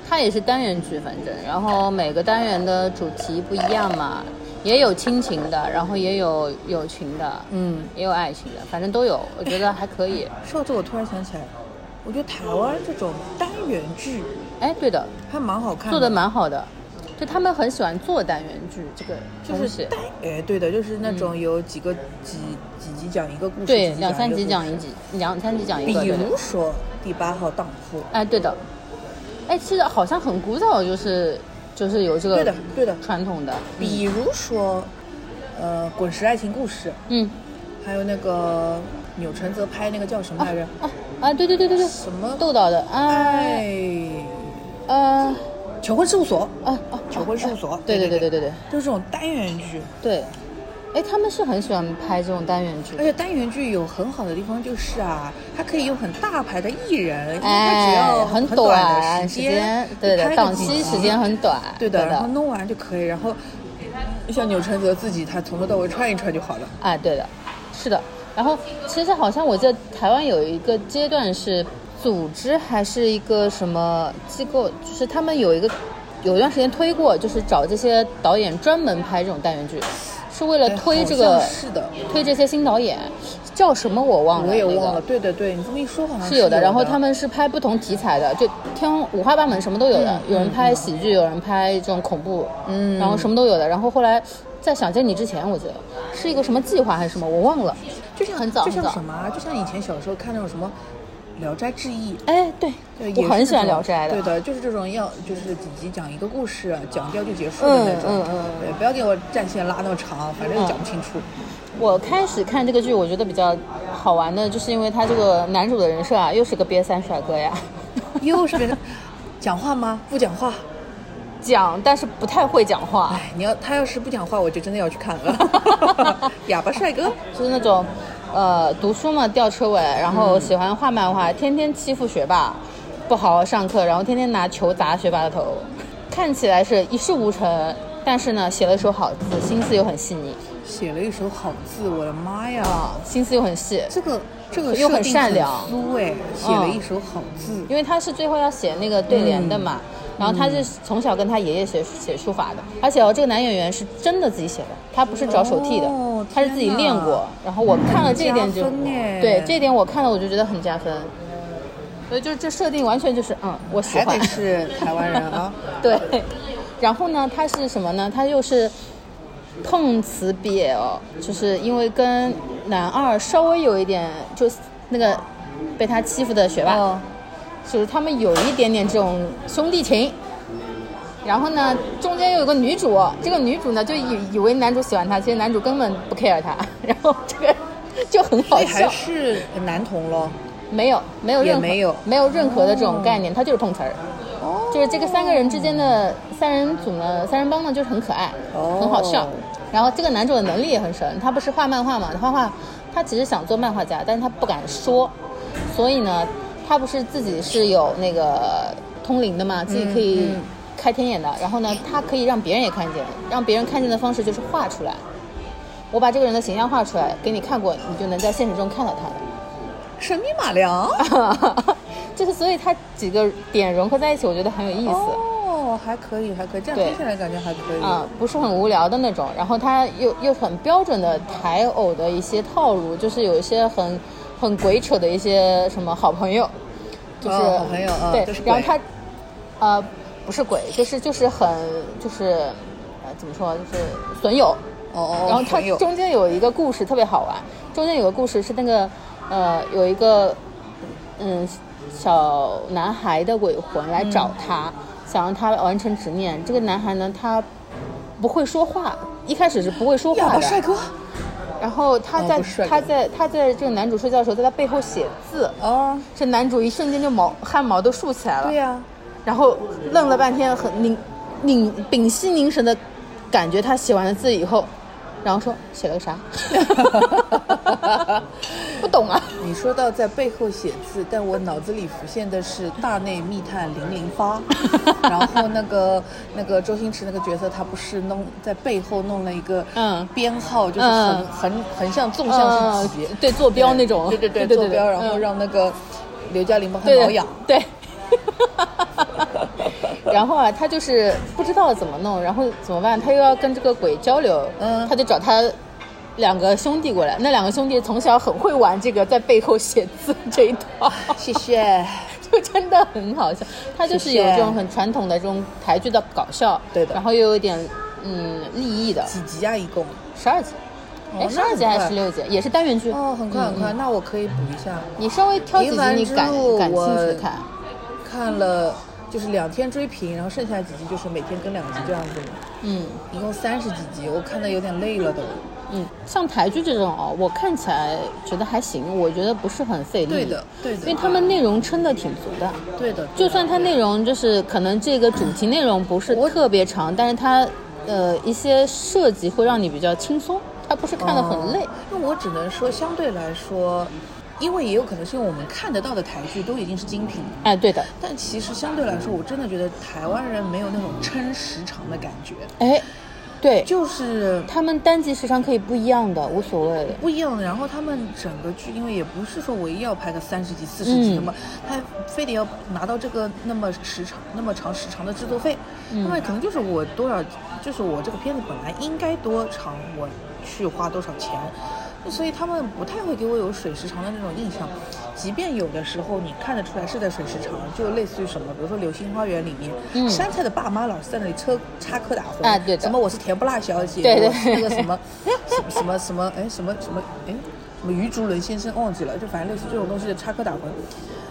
S3: 他也是单元剧，反正，然后每个单元的主题不一样嘛，也有亲情的，然后也有友情的，嗯，也有爱情的，反正都有，我觉得还可 以。
S4: 说到这，我突然想起来，我觉得台湾这种单元剧
S3: 哎，对的，
S4: 还蛮好看
S3: 做的蛮好的，就他们很喜欢做单元剧这个
S4: 就
S3: 东
S4: 是
S3: 西，
S4: 单哎，对的，就是那种有几个几几集讲一个故事，
S3: 嗯对，
S4: 几集
S3: 两三
S4: 个
S3: 集
S4: 故
S3: 讲
S4: 事
S3: 一集，两三集讲一
S4: 比
S3: 个，对的
S4: 如说第八号荡妇，
S3: 哎，对的，哎，其实好像很古早，就是就是有这个
S4: 对的对的
S3: 传统的，嗯
S4: 比如说，呃，滚石爱情故事，
S3: 嗯
S4: 还有那个钮承泽拍那个叫什么来着？
S3: 啊啊，对对对对对，
S4: 什么哎
S3: 豆导的啊
S4: 爱
S3: 啊
S4: 求婚事务所，
S3: 啊啊，
S4: 求婚事务所，
S3: 对对
S4: 对
S3: 对对对
S4: 对
S3: 对
S4: 就是这种单元剧，
S3: 对，哎，他们是很喜欢拍这种单元剧
S4: 而，且单元剧有很好的地方就是啊，它可以用很大牌的艺人，因为它只
S3: 哎
S4: 要，
S3: 很
S4: 短的
S3: 时
S4: 间，
S3: 对
S4: 拍
S3: 的，
S4: 个
S3: 档
S4: 几
S3: 期
S4: 集
S3: 时间很短，
S4: 对的，
S3: 的，
S4: 然后弄完就可以，然后像钮承泽自己，他从头到尾穿一穿就好了。
S3: 哎，对的，是的。然后其实好像我记得台湾有一个阶段是组织还是一个什么机构，就是他们有一个有一段时间推过，就是找这些导演专门拍这种单元剧，是为了
S4: 哎
S3: 推
S4: 好
S3: 这个、
S4: 像是的，
S3: 推这些新导演，叫什么我忘了，
S4: 我也
S3: 那个
S4: 忘了。对对对，你这么一说好像
S3: 是
S4: 有
S3: 有的，然后他们是拍不同题材的，就天空五花八门，什么都有
S4: 嗯
S3: 的。有人拍喜剧，有人拍这种恐怖，嗯，然后什么都有的。然后后来在想见你之前，我记得是一个什么计划还是什么，我忘了，
S4: 就像
S3: 很早
S4: 就
S3: 很
S4: 像
S3: 早
S4: 什。么啊，就像以前小时候看那种什么《聊斋志异》。
S3: 哎，对
S4: 对，，也
S3: 我
S4: 是
S3: 很喜欢《
S4: 这种
S3: 聊斋》
S4: 对
S3: 的。
S4: 的，就是这种要就是几集讲一个故事，啊讲掉就结束的那种。
S3: 嗯嗯嗯
S4: 对，不要给我战线拉那么长，反正也讲不清楚。
S3: 我开始看这个剧，我觉得比较好玩的，就是因为他这个男主的人设啊，又是个瘪三帅哥呀，
S4: 又是别人讲话吗？不讲话。
S3: 讲但是不太会讲话。
S4: 哎，你要他要是不讲话，我就真的要去看了。 哑巴帅哥，
S3: 就是那种，呃，读书嘛吊车尾，然后喜欢画漫画，天天欺负学霸，不好好上课，然后天天拿球砸学霸的头，看起来是一事无成，但是呢，写了一手好字，心思又很细腻
S4: 写了一手好字，我的妈呀！
S3: 啊、心思又很细，
S4: 这个这个
S3: 又很
S4: 设定
S3: 善良嗯
S4: 苏哎，写了一手好字。
S3: 因为他是最后要写那个对联的嘛，
S4: 嗯
S3: 然后他是从小跟他爷爷学写书法的，而且哦，这个男演员是真的自己写的，他不是找手替的，
S4: 哦
S3: 他是自己
S4: 天哪
S3: 练过。然后我看了这一点就
S4: 很加分耶，
S3: 对这一点我看了我就觉得很加分，所以就是这设定完全就是嗯，我喜
S4: 还
S3: 欢
S4: 得。是台湾人啊，
S3: 对，然后呢，他是什么呢？他又是碰瓷 BL，就是哦因为跟男二稍微有一点，就是那个被他欺负的学霸，
S4: 哦
S3: 就是他们有一点点这种兄弟情。然后呢，中间又有个女主，这个女主呢就以以为男主喜欢她，其实男主根本不 care 她， 然后这个就很好
S4: 所以哎还
S3: 笑，
S4: 是男同咯。
S3: 没有没有
S4: 也
S3: 任何
S4: 没有
S3: 没有任何的这种概念，他就是碰瓷儿。
S4: 哦
S3: 就是这个三个人之间的三人组呢，三人帮呢，就是很可爱，
S4: 哦
S3: 很好笑。然后这个男主的能力也很神，他不是画漫画嘛，画画，他其实想做漫画家，但是他不敢说，所以呢，他不是自己是有那个通灵的嘛，自己可
S4: 嗯
S3: 以开天眼的。然后呢，他可以让别人也看见，让别人看见的方式就是画出来。我把这个人的形象画出来给你看过，你就能在现实中看到他了。
S4: 神笔马良。
S3: 就是所以他几个点融合在一起，我觉得很有意思。
S4: 哦，还可以，还可以，这样
S3: 对
S4: 听起来感觉还可以。
S3: 啊，不是很无聊的那种。然后它又又很标准的台偶的一些套路，就是有一些很很鬼扯的一些什么好朋友，就是、
S4: 哦好朋友啊
S3: 对
S4: 都是，鬼
S3: 然后他呃不是鬼，就是就是很就是呃怎么说就是损友，
S4: 哦哦哦，
S3: 然后它
S4: 很有
S3: 中间有一个故事特别好玩，中间有个故事是那个呃有一个嗯小男孩的鬼魂来找他，
S4: 嗯
S3: 想让他完成执念。这个男孩呢，他不会说话，一开始是不会说
S4: 哑
S3: 话
S4: 巴
S3: 的。
S4: 帅哥。
S3: 然后他
S4: 哦
S3: 在、
S4: 不是帅哥
S3: 他在他在这个男主睡觉的时候，在他背后写字，
S4: 哦，啊
S3: 这男主一瞬间就毛汗毛都竖起来了。
S4: 对呀、
S3: 然后愣了半天，很凝凝屏息凝神的感觉他写完了字以后，然后说写了个 啥，不懂啊。
S4: 你说到在背后写字，但我脑子里浮现的是《大内密探零零 发》，然后那个那个周星驰那个角色，他不是弄在背后弄了一个
S3: 嗯
S4: 编号，就是横、
S3: 嗯
S4: 横横向纵向去
S3: 嗯
S4: 挤，
S3: 对坐标那种
S4: 对对
S3: 对对对
S4: 坐标，然后
S3: 嗯
S4: 让那个刘嘉玲帮他
S3: 对
S4: 挠痒。
S3: 对。 然后啊，他就是不知道怎么弄，然后怎么办？他又要跟这个鬼交流，
S4: 嗯
S3: 他就找他两个兄弟过来。那两个兄弟从小很会玩这个在背后写字这一套，
S4: 谢谢。
S3: 就 真的很好笑。他就是有
S4: 谢谢
S3: 这种很传统的这种台剧的搞笑，
S4: 对的
S3: 然后又有点嗯立意的，
S4: 几集啊？一共？
S3: 十二集，哎、
S4: 哦
S3: 十
S4: 那
S3: 二
S4: 很
S3: 集还是
S4: 快
S3: 十六集，也是单元剧。嗯
S4: 哦，很快很快，那我可以补一下。
S3: 你稍微挑几集
S4: 平凡
S3: 你
S4: 之
S3: 感
S4: 路
S3: 感兴趣
S4: 我
S3: 的看。
S4: 看了就是两天追评，然后剩下几集就是每天跟两集这样子嘛，
S3: 嗯，
S4: 一共三十几集，我看的有点累了都。
S3: 嗯，像台剧这种哦，我看起来觉得还行，我觉得不是很费力。
S4: 对的对的
S3: 因为他们内容撑的挺足的，
S4: 对的，
S3: 就算它内容就是可能这个主题内容不是特别长，但是它呃一些设计会让你比较轻松，它不是看得很累。
S4: 哦那我只能说，相对来说，因为也有可能是因为我们看得到的台剧都已经是精品了，
S3: 哎，对的，
S4: 但其实相对来说，我真的觉得台湾人没有那种撑时长的感觉，
S3: 哎，对，
S4: 就是
S3: 他们单集时长可以不一样的，无所谓。
S4: 不一样的。然后他们整个剧，因为也不是说唯一要拍个三十集、四十集
S3: 嗯
S4: 那么，他非得要拿到这个那么时长、那么长时长的制作费，
S3: 嗯
S4: 那么可能就是我多少，就是我这个片子本来应该多长，我去花多少钱。所以他们不太会给我有水时长的那种印象，即便有的时候你看得出来是在水时长，就类似于什么，比如说《流星花园》里面，
S3: 嗯
S4: 杉菜的爸妈老是在那里车插科打诨，
S3: 啊对的
S4: 什么我是甜不辣小姐，
S3: 对对
S4: 我是那个什么什么什么什么哎什么什么哎什么余竹伦先生忘记了，就反正类似这种东西的插科打诨。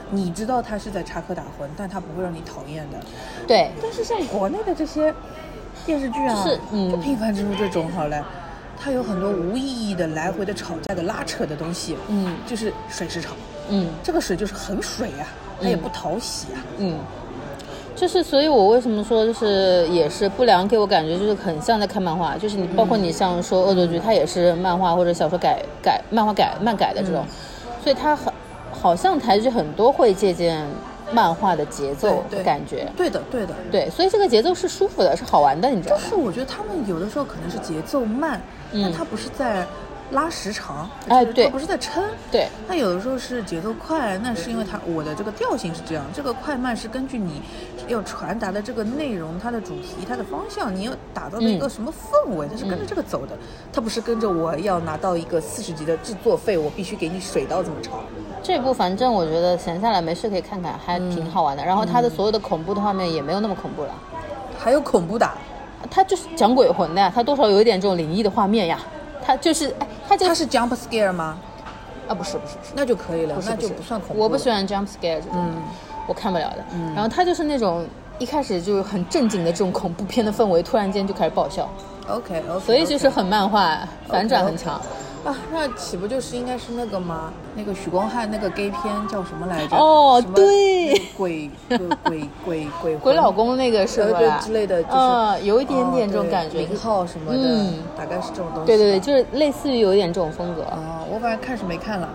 S4: 你知道他是在插科打诨，但他不会让你讨厌的。
S3: 对，
S4: 但是像国内的这些电视剧啊，
S3: 就是嗯
S4: 就《平凡之路》这种好了，它有很多无意义的来回的吵架的拉扯的东西，
S3: 嗯
S4: 就是水时长，
S3: 嗯。
S4: 这个水就是很水啊，它也不讨喜啊，
S3: 嗯，就是，所以我为什么说就是也是不良，给我感觉就是很像在看漫画，就是你包括你像说恶作剧，它也是漫画或者小说改改漫画改漫改的这种，所以它很好像台剧很多会借鉴漫画的节奏
S4: 对对
S3: 感觉，
S4: 对的，对的。
S3: 对，所以这个节奏是舒服的，是好玩的，你知道
S4: 但
S3: 吗？
S4: 是我觉得他们有的时候可能是节奏慢，
S3: 嗯
S4: 但他不是在拉时长，
S3: 哎
S4: 就是
S3: 对
S4: 他不是在撑，
S3: 对，
S4: 那有的时候是节奏快，那是因为它我的这个调性是这样，这个快慢是根据你要传达的这个内容、它的主题、它的方向，你要打造的一个
S3: 嗯
S4: 什么氛围，它是跟着这个走的，它不是跟着我要拿到一个四十级的制作费，我必须给你水到这么长。
S3: 这部反正我觉得闲下来没事可以看看，还
S4: 嗯
S3: 挺好玩的。然后它的所有的恐怖的画面也没有那么恐怖了，
S4: 还有恐怖打，
S3: 它就是讲鬼魂的呀，它多少有一点这种灵异的画面呀，它就是哎，它这个
S4: 它是 jump scare 吗？
S3: 啊，不是不是不是，
S4: 那就可以了，
S3: 是
S4: 那就
S3: 不是
S4: 不算恐怖了。嗯
S3: 我不喜欢 jump scare 这种，我看不了的。然后他就是那种一开始就是很正经的这种恐怖片的氛围，突然间就开始爆笑，
S4: OK OK，
S3: 所以就是很漫画，反转很强。
S4: 啊，那岂不就是应该是那个吗？那个许光汉那个 gay 片叫什么来着？
S3: 哦
S4: 什么
S3: 对
S4: 鬼鬼鬼鬼鬼
S3: 鬼
S4: 魂
S3: 老公那个是
S4: 对
S3: 吧？
S4: 对之类的，就是、
S3: 嗯，有一点点这种感
S4: 哦
S3: 觉
S4: 对。零号什么的，
S3: 嗯
S4: 大概是这种东西。
S3: 对对对，就是类似于有一点这种风格，
S4: 啊、我反正看是没看了。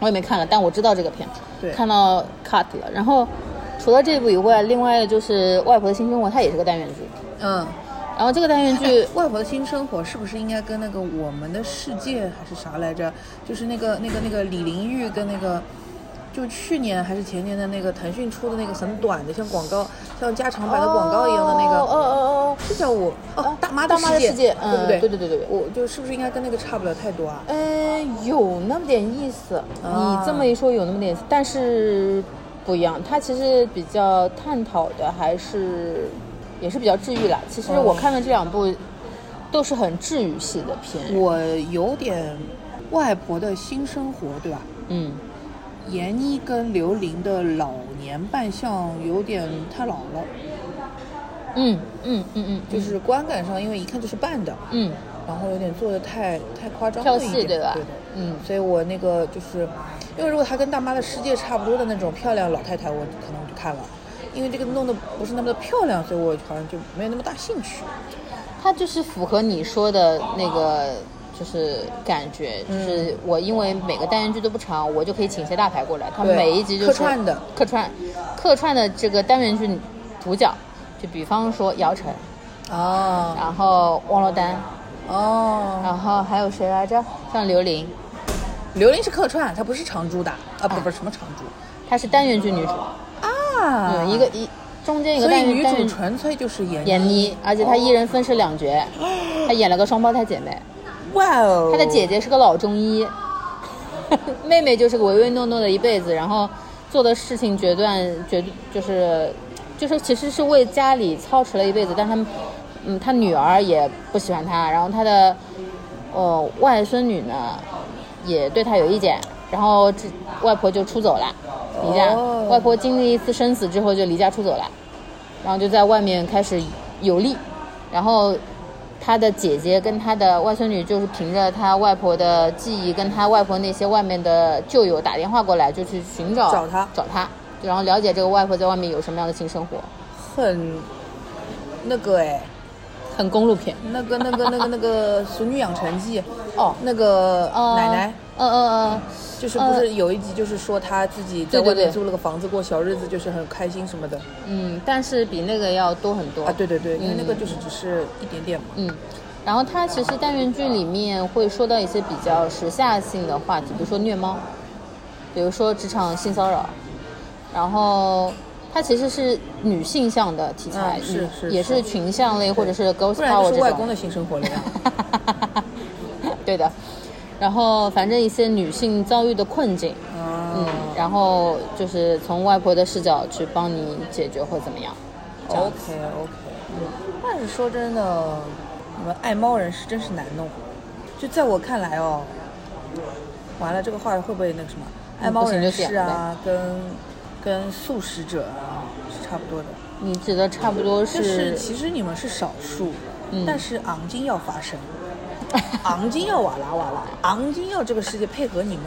S3: 我也没看了，但我知道这个片，
S4: 对
S3: 看到 cut 了。然后除了这部以外，另外就是《外婆的新生活》，它也是个单元剧。
S4: 嗯，
S3: 然后这个单元剧，
S4: 外婆的新生活是不是应该跟那个我们的世界还是啥来着？就是那个那个那个李玲玉跟那个。就去年还是前年的那个腾讯出的那个很短的，像广告，像加长版的广告一样的那个，
S3: 哦哦哦哦，哦
S4: 是叫我哦
S3: 啊，
S4: 大妈
S3: 大妈的
S4: 世
S3: 世界
S4: 对不
S3: 嗯
S4: 对？
S3: 对对对对对
S4: 我就是不是应该跟那个差不了太多啊？
S3: 呃，有那么点意思。
S4: 啊
S3: 你这么一说，有那么点意思，但是不一样。它其实比较探讨的还是也是比较治愈啦。其实
S4: 哦
S3: 我看的这两部都是很治愈系的片。
S4: 我有点外婆的新生活，对吧？
S3: 嗯，
S4: 闫妮跟刘琳的老年扮相有点太老了，
S3: 嗯嗯嗯嗯，
S4: 就是观感上，因为一看就是扮的，
S3: 嗯
S4: 然后有点做的太太夸张
S3: 跳
S4: 了一
S3: 戏
S4: 点，
S3: 对吧？
S4: 对的。
S3: 嗯，
S4: 所以我那个就是，因为如果她跟大妈的世界差不多的那种漂亮老太太，我可能不看了，因为这个弄得不是那么的漂亮，所以我好像就没有那么大兴趣。
S3: 它就是符合你说的那个，就是感觉，
S4: 嗯
S3: 就是我因为每个单元剧都不长，我就可以请一些大牌过来，它
S4: 对
S3: 每一集就是
S4: 客串的，
S3: 客串，客串的这个单元剧主角，就比方说姚晨，
S4: 哦
S3: 然后汪珞丹，
S4: 哦，
S3: 然后还有谁来着？像刘琳，
S4: 刘琳是客串，她不是常驻的啊，不不是什么常驻
S3: 她是单元剧女主，
S4: 啊
S3: 嗯，一个一中间一个
S4: 所以
S3: 单元
S4: 女
S3: 单
S4: 主
S3: 元
S4: 纯粹就是演
S3: 闫妮，而且她一人分饰两角，
S4: 哦
S3: 她演了个双胞胎姐妹。
S4: 哇哦，
S3: 她的姐姐是个老中医， 妹妹就是个唯唯诺诺的一辈子，然后做的事情决断决就是就是其实是为家里操持了一辈子，但他们嗯，她女儿也不喜欢她，然后她的呃外孙女呢也对她有意见，然后这外婆就出走了，离家。
S4: 哦
S3: 外婆经历一次生死之后就离家出走了，然后就在外面开始游历，然后他的姐姐跟他的外孙女就是凭着他外婆的记忆，跟他外婆那些外面的旧友打电话过来，就去寻找
S4: 找她
S3: 找他，然后了解这个外婆在外面有什么样的新生活，
S4: 很那个哎，
S3: 很公路片
S4: 那个那个那个那个《 俗女养成记》
S3: 哦。
S4: 那个
S3: 呃
S4: 奶奶，，
S3: 嗯嗯嗯，
S4: 就是不是有一集就是说她自己在
S3: 对对
S4: 外面
S3: 对
S4: 租了个房子过小日子，就是很开心什么的
S3: 嗯，但是比那个要多很多
S4: 啊？对对对，因为那个
S3: 嗯
S4: 就是只是一点点嘛。
S3: 嗯，然后它其实单元剧里面会说到一些比较时下性的话题，比如说虐猫，比如说职场性骚扰，然后它其实是女性向的题材，
S4: 嗯是
S3: 女
S4: 是
S3: 也
S4: 是
S3: 是群像类或者是 Ghost
S4: 不然就
S3: Power
S4: 是
S3: 这
S4: 外公
S3: 种。
S4: 的新生活 了呀。
S3: 对的，然后反正一些女性遭遇的困境，嗯
S4: 嗯，
S3: 然后就是从外婆的视角去帮你解决或怎么样。这样
S4: OK OK，但是说真的，你们爱猫人是真是难弄。就在我看来哦，完了这个话会不会那个什么？
S3: 嗯
S4: 爱猫
S3: 不行
S4: 人
S3: 就剪
S4: 士啊，跟跟素食者啊是差不多的。
S3: 你指的差不多是，
S4: 就是其实你们是少数，
S3: 嗯
S4: 但是昂金要 发声，昂金要瓦拉瓦拉，昂金要这个世界配合你们，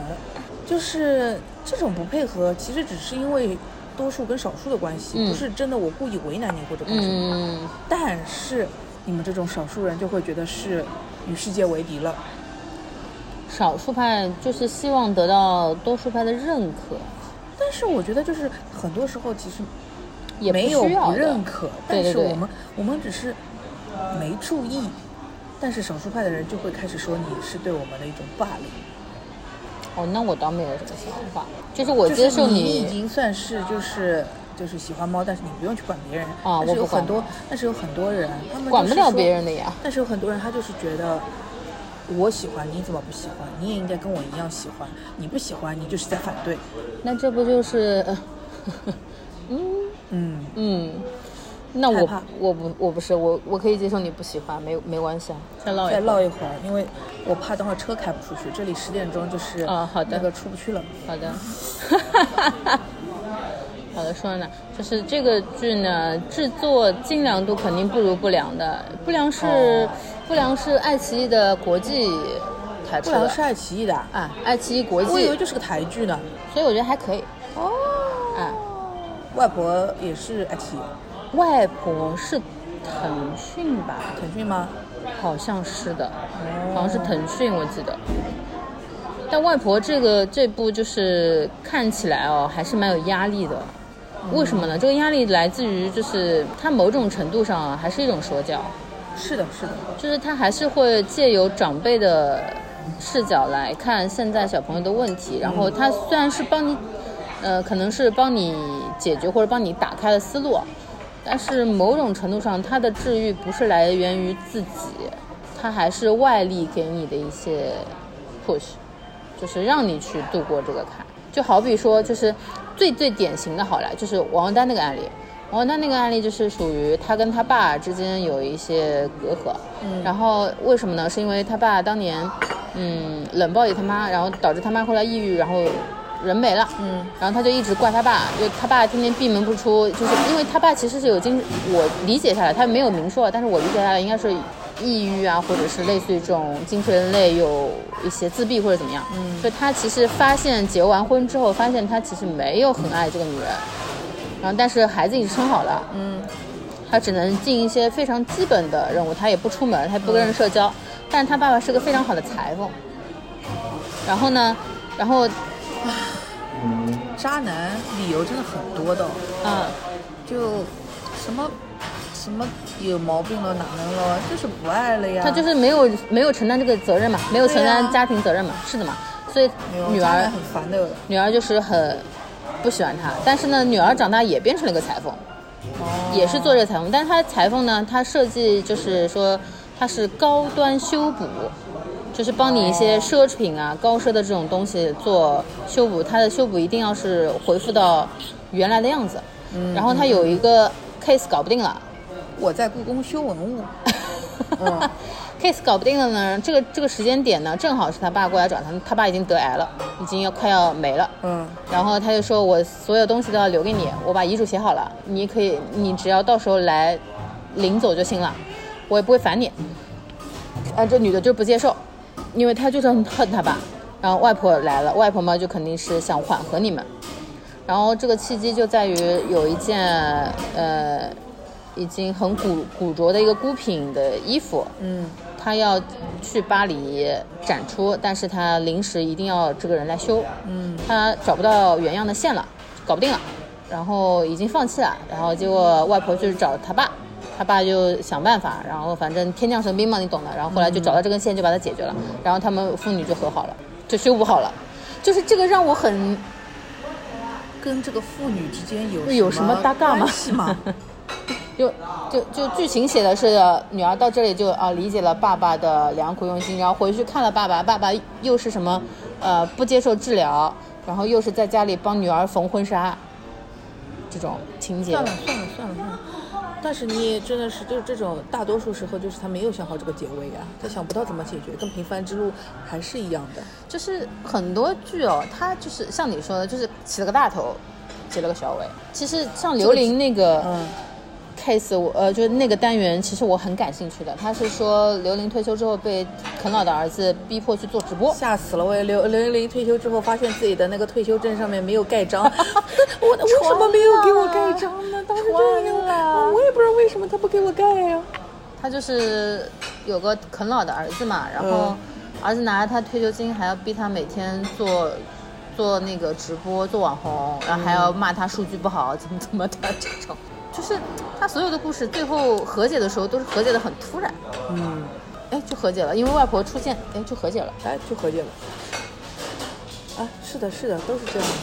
S4: 就是这种不配合，其实只是因为多数跟少数的关系，
S3: 嗯
S4: 不是真的我故意为难你或者干什么。
S3: 嗯。
S4: 但是你们这种少数人就会觉得是与世界为敌了，
S3: 少数派就是希望得到多数派的认可，
S4: 但是我觉得就是很多时候其实
S3: 也不
S4: 没有
S3: 需要
S4: 不
S3: 的
S4: 认可，
S3: 对
S4: 但
S3: 对
S4: 是
S3: 对
S4: 我们我们只是没注意，但是少数派的人就会开始说你是对我们的一种霸凌，
S3: 哦，那我倒没有这个想法，就是我
S4: 就
S3: 接
S4: 是
S3: 受
S4: 你已经算是就是。就是喜欢猫，但是你不用去管别人
S3: 啊
S4: 但
S3: 我
S4: 是有
S3: 不管
S4: 很多，但是有很多人，他们
S3: 管
S4: 就是
S3: 不了
S4: 说
S3: 别人的呀。
S4: 但是有很多人他就是觉得，我喜欢你怎么不喜欢？你也应该跟我一样喜欢。你不喜欢，你就是在反对。
S3: 那这不就是，呃
S4: 嗯，
S3: 嗯，那
S4: 害
S3: 我
S4: 怕
S3: 我不我不是我我可以接受你不喜欢，没没关系啊，再唠
S4: 再唠一会儿，因为我怕等会儿车开不出去。这里十点钟就是
S3: 啊好的
S4: 那个出不去了。
S3: 好的， 好的，说到哪？就是这个剧呢，制作精良度肯定不如《不良》的，《不良是》
S4: 哦
S3: 不良》是爱奇艺的国际台
S4: 不
S3: 出
S4: 良
S3: 的
S4: 是爱奇艺的啊，
S3: 啊，爱奇艺国际，
S4: 我以为就是个台剧呢。
S3: 所以我觉得还可以。
S4: 哦，
S3: 啊，
S4: 外婆也是爱奇艺，
S3: 外婆是腾讯吧？
S4: 腾讯吗？
S3: 好像是的，好像是腾讯，我记得。但外婆这个这部就是看起来哦，还是蛮有压力的。为什么呢？这个压力来自于就是它某种程度上啊，还是一种说教，
S4: 是的，是的。
S3: 就是它还是会借由长辈的视角来看现在小朋友的问题，然后它虽然是帮你，呃，可能是帮你解决或者帮你打开了思路，但是某种程度上，它的治愈不是来源于自己，它还是外力给你的一些 push，就是让你去度过这个坎。就好比说，就是最最典型的好了，就是王珞丹那个案例。王珞丹那个案例就是属于她跟她爸之间有一些隔阂，嗯，然后为什么呢？是因为她爸当年，嗯，冷暴力他妈，然后导致他妈后来抑郁，然后人没了，嗯，然后他就一直怪他爸，就他爸天天闭门不出，就是因为他爸其实是有精，我理解下来，他没有明说，但是我理解下来应该是抑郁啊，或者是类似于这种精神类有一些自闭或者怎么样，嗯，所以他其实发现结完婚之后，发现他其实没有很爱这个女人，然后但是孩子已经生好了，嗯，他只能尽一些非常基本的任务，他也不出门，他也不跟人社交。但是他爸爸是个非常好的裁缝，然后呢，然后
S4: 渣男理由真的很多的哦，
S3: 啊，
S4: 就什么什么有毛病了哪能了，就是不爱了呀。
S3: 他就是没有没有承担这个责任嘛，没有承担
S4: 对啊
S3: 家庭责任嘛，是的嘛，所以
S4: 没有
S3: 女
S4: 渣
S3: 儿
S4: 男很烦的。
S3: 女儿就是很不喜欢他，但是呢，女儿长大也变成了一个裁缝，
S4: 哦
S3: 也是做这个裁缝，但是她裁缝呢，她设计就是说它是高端修补，就是帮你一些奢侈品
S4: 哦
S3: 啊、高奢的这种东西做修补，它的修补一定要是恢复到原来的样子。
S4: 嗯
S3: 然后她有一个 case 搞不定了。
S4: 我在故宫修文物，嗯
S3: case 搞不定了呢，这个这个时间点呢，正好是他爸过来找他，他爸已经得癌了，已经要快要没了。
S4: 嗯，
S3: 然后他就说：“我所有东西都要留给你，我把遗嘱写好了，你可以，你只要到时候来领走就行了，我也不会烦你。”啊，这女的就不接受，因为她就是很恨她爸。然后外婆来了，外婆嘛就肯定是想缓和你们。然后这个契机就在于有一件呃已经很古古着的一个孤品的衣服，
S4: 嗯，
S3: 他要去巴黎展出，但是他临时一定要这个人来修，嗯，他找不到原样的线了，搞不定了，然后已经放弃了，然后结果外婆去找他爸，他爸就想办法，然后反正天降神兵嘛，你懂的，然后后来就找到这根线就把它解决了，然后他们父女就和好了，就修补好了，就是这个让我很
S4: 跟这个父女之间有
S3: 有什么搭嘎吗
S4: 关 系吗？
S3: 就就就剧情写的是女儿到这里就啊理解了爸爸的良苦用心，然后回去看了爸爸，爸爸又是什么呃不接受治疗，然后又是在家里帮女儿缝婚纱，这种情节
S4: 算了算了算了算了。但是你也真的是，就是这种大多数时候，就是他没有想好这个结尾呀、他想不到怎么解决，跟平凡之路还是一样的。
S3: 就是很多剧哦，它就是像你说的，就是起了个大头，结了个小尾。其实像刘玲那个，
S4: 嗯
S3: case 我呃就是那个单元，其实我很感兴趣的。他是说刘玲退休之后被啃老的儿子逼迫去做直播，
S4: 吓死了！我也刘刘玲玲退休之后，发现自己的那个退休证上面没有 盖章，我为什么没有给我盖章呢？当时真的
S3: 穿了
S4: 我也不知道为什么他不给我盖呀、
S3: 他就是有个啃老的儿子嘛，然后
S4: 嗯
S3: 儿子拿着他退休金，还要逼他每天做做那个直播、做网红，然后还要骂他数据不好，怎么怎么的这种，就是他所有的故事最后和解的时候都是和解的很突然，
S4: 嗯，
S3: 哎就和解了，因为外婆出现，哎就和解了，
S4: 哎，就和解了。啊，是的，是的，都是这样的。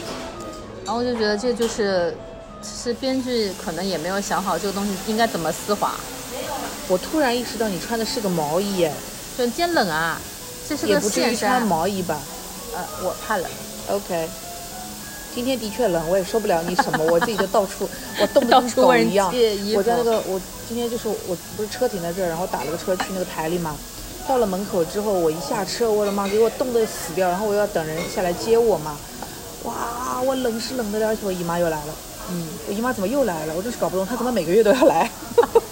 S3: 然后我就觉得这就是。其实编剧可能也没有想好这个东西应该怎么丝滑，
S4: 我突然意识到你穿的是个毛衣耶，
S3: 就天冷啊，这是
S4: 也
S3: 个
S4: 不至于
S3: 现啊
S4: 穿
S3: 衫。
S4: 毛衣吧
S3: 呃，我怕冷，
S4: ？OK。今天的确冷，我也受不了你什么，我自己就到 处，我动不动
S3: 到
S4: 跟
S3: 处
S4: 狗
S3: 问人
S4: 一样
S3: 借衣。服
S4: 我在那个，我今天就是我不是车停在这儿，然后打了个车去那个台里嘛。到了门口之后，我一下车，我的妈，给我冻得死掉，然后我又要等人下来接我嘛。哇，我冷是冷得了，而且我姨妈又来了。嗯，我姨妈怎么又来了？我真是搞不懂，她怎么每个月都要来？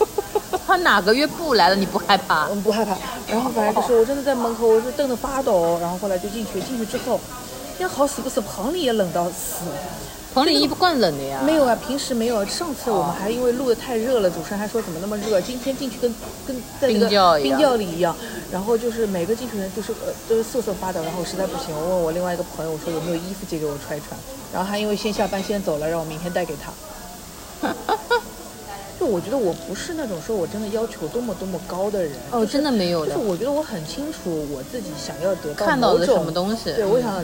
S3: 他哪个月不来了你不害怕？
S4: 嗯，不害怕。然后反正就是我真的在门口，我是冻得发抖。然后后来就进去，进去之后，那好死不死，棚里也冷到死。
S3: 彭丽一不惯冷的呀，
S4: 没有啊，平时没有啊。上次我们还因为录的太热了，主持人还说怎么那么热，今天进去跟跟在那
S3: 冰窖
S4: 个
S3: 一
S4: 冰
S3: 样
S4: 窖里一样。然后就是每个进去人就是呃都是瑟瑟发抖。然后我实在不行，我问我另外一个朋友，我说有没有衣服借给我穿一穿。然后他因为先下班先走了，让我明天带 给他。就我觉得我不是那种说我真的要求多么多么高的人。
S3: 哦，真的没有
S4: 就
S3: 的
S4: 是。我觉得我很清楚我自己想要得到
S3: 看到
S4: 某
S3: 的
S4: 种
S3: 什么东西嗯
S4: 对我想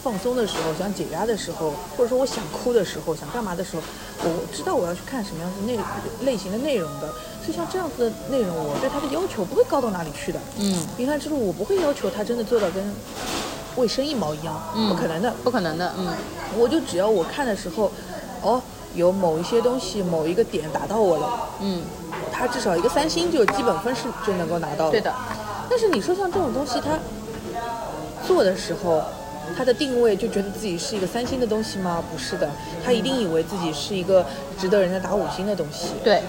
S4: 放松的时候，想解压的时候，或者说我想哭的时候，想干嘛的时候，我知道我要去看什么样的内类型的内容的。所以像这样子的内容，我对它的要求不会高到哪里去的。
S3: 嗯，
S4: 平凡之路我不会要求它真的做到跟卫生一毛一样，
S3: 嗯
S4: 不可能的。
S3: 不可能的，嗯，
S4: 我就只要我看的时候，哦，有某一些东西某一个点打到我了，
S3: 嗯，
S4: 它至少一个三星就基本分是就能够拿到了。
S3: 对的，
S4: 但是你说像这种东西，它做的时候，它的定位就觉得自己是一个三星的东西吗？不是的，他一定以为自己是一个值得人家打五星的东西。
S3: 对，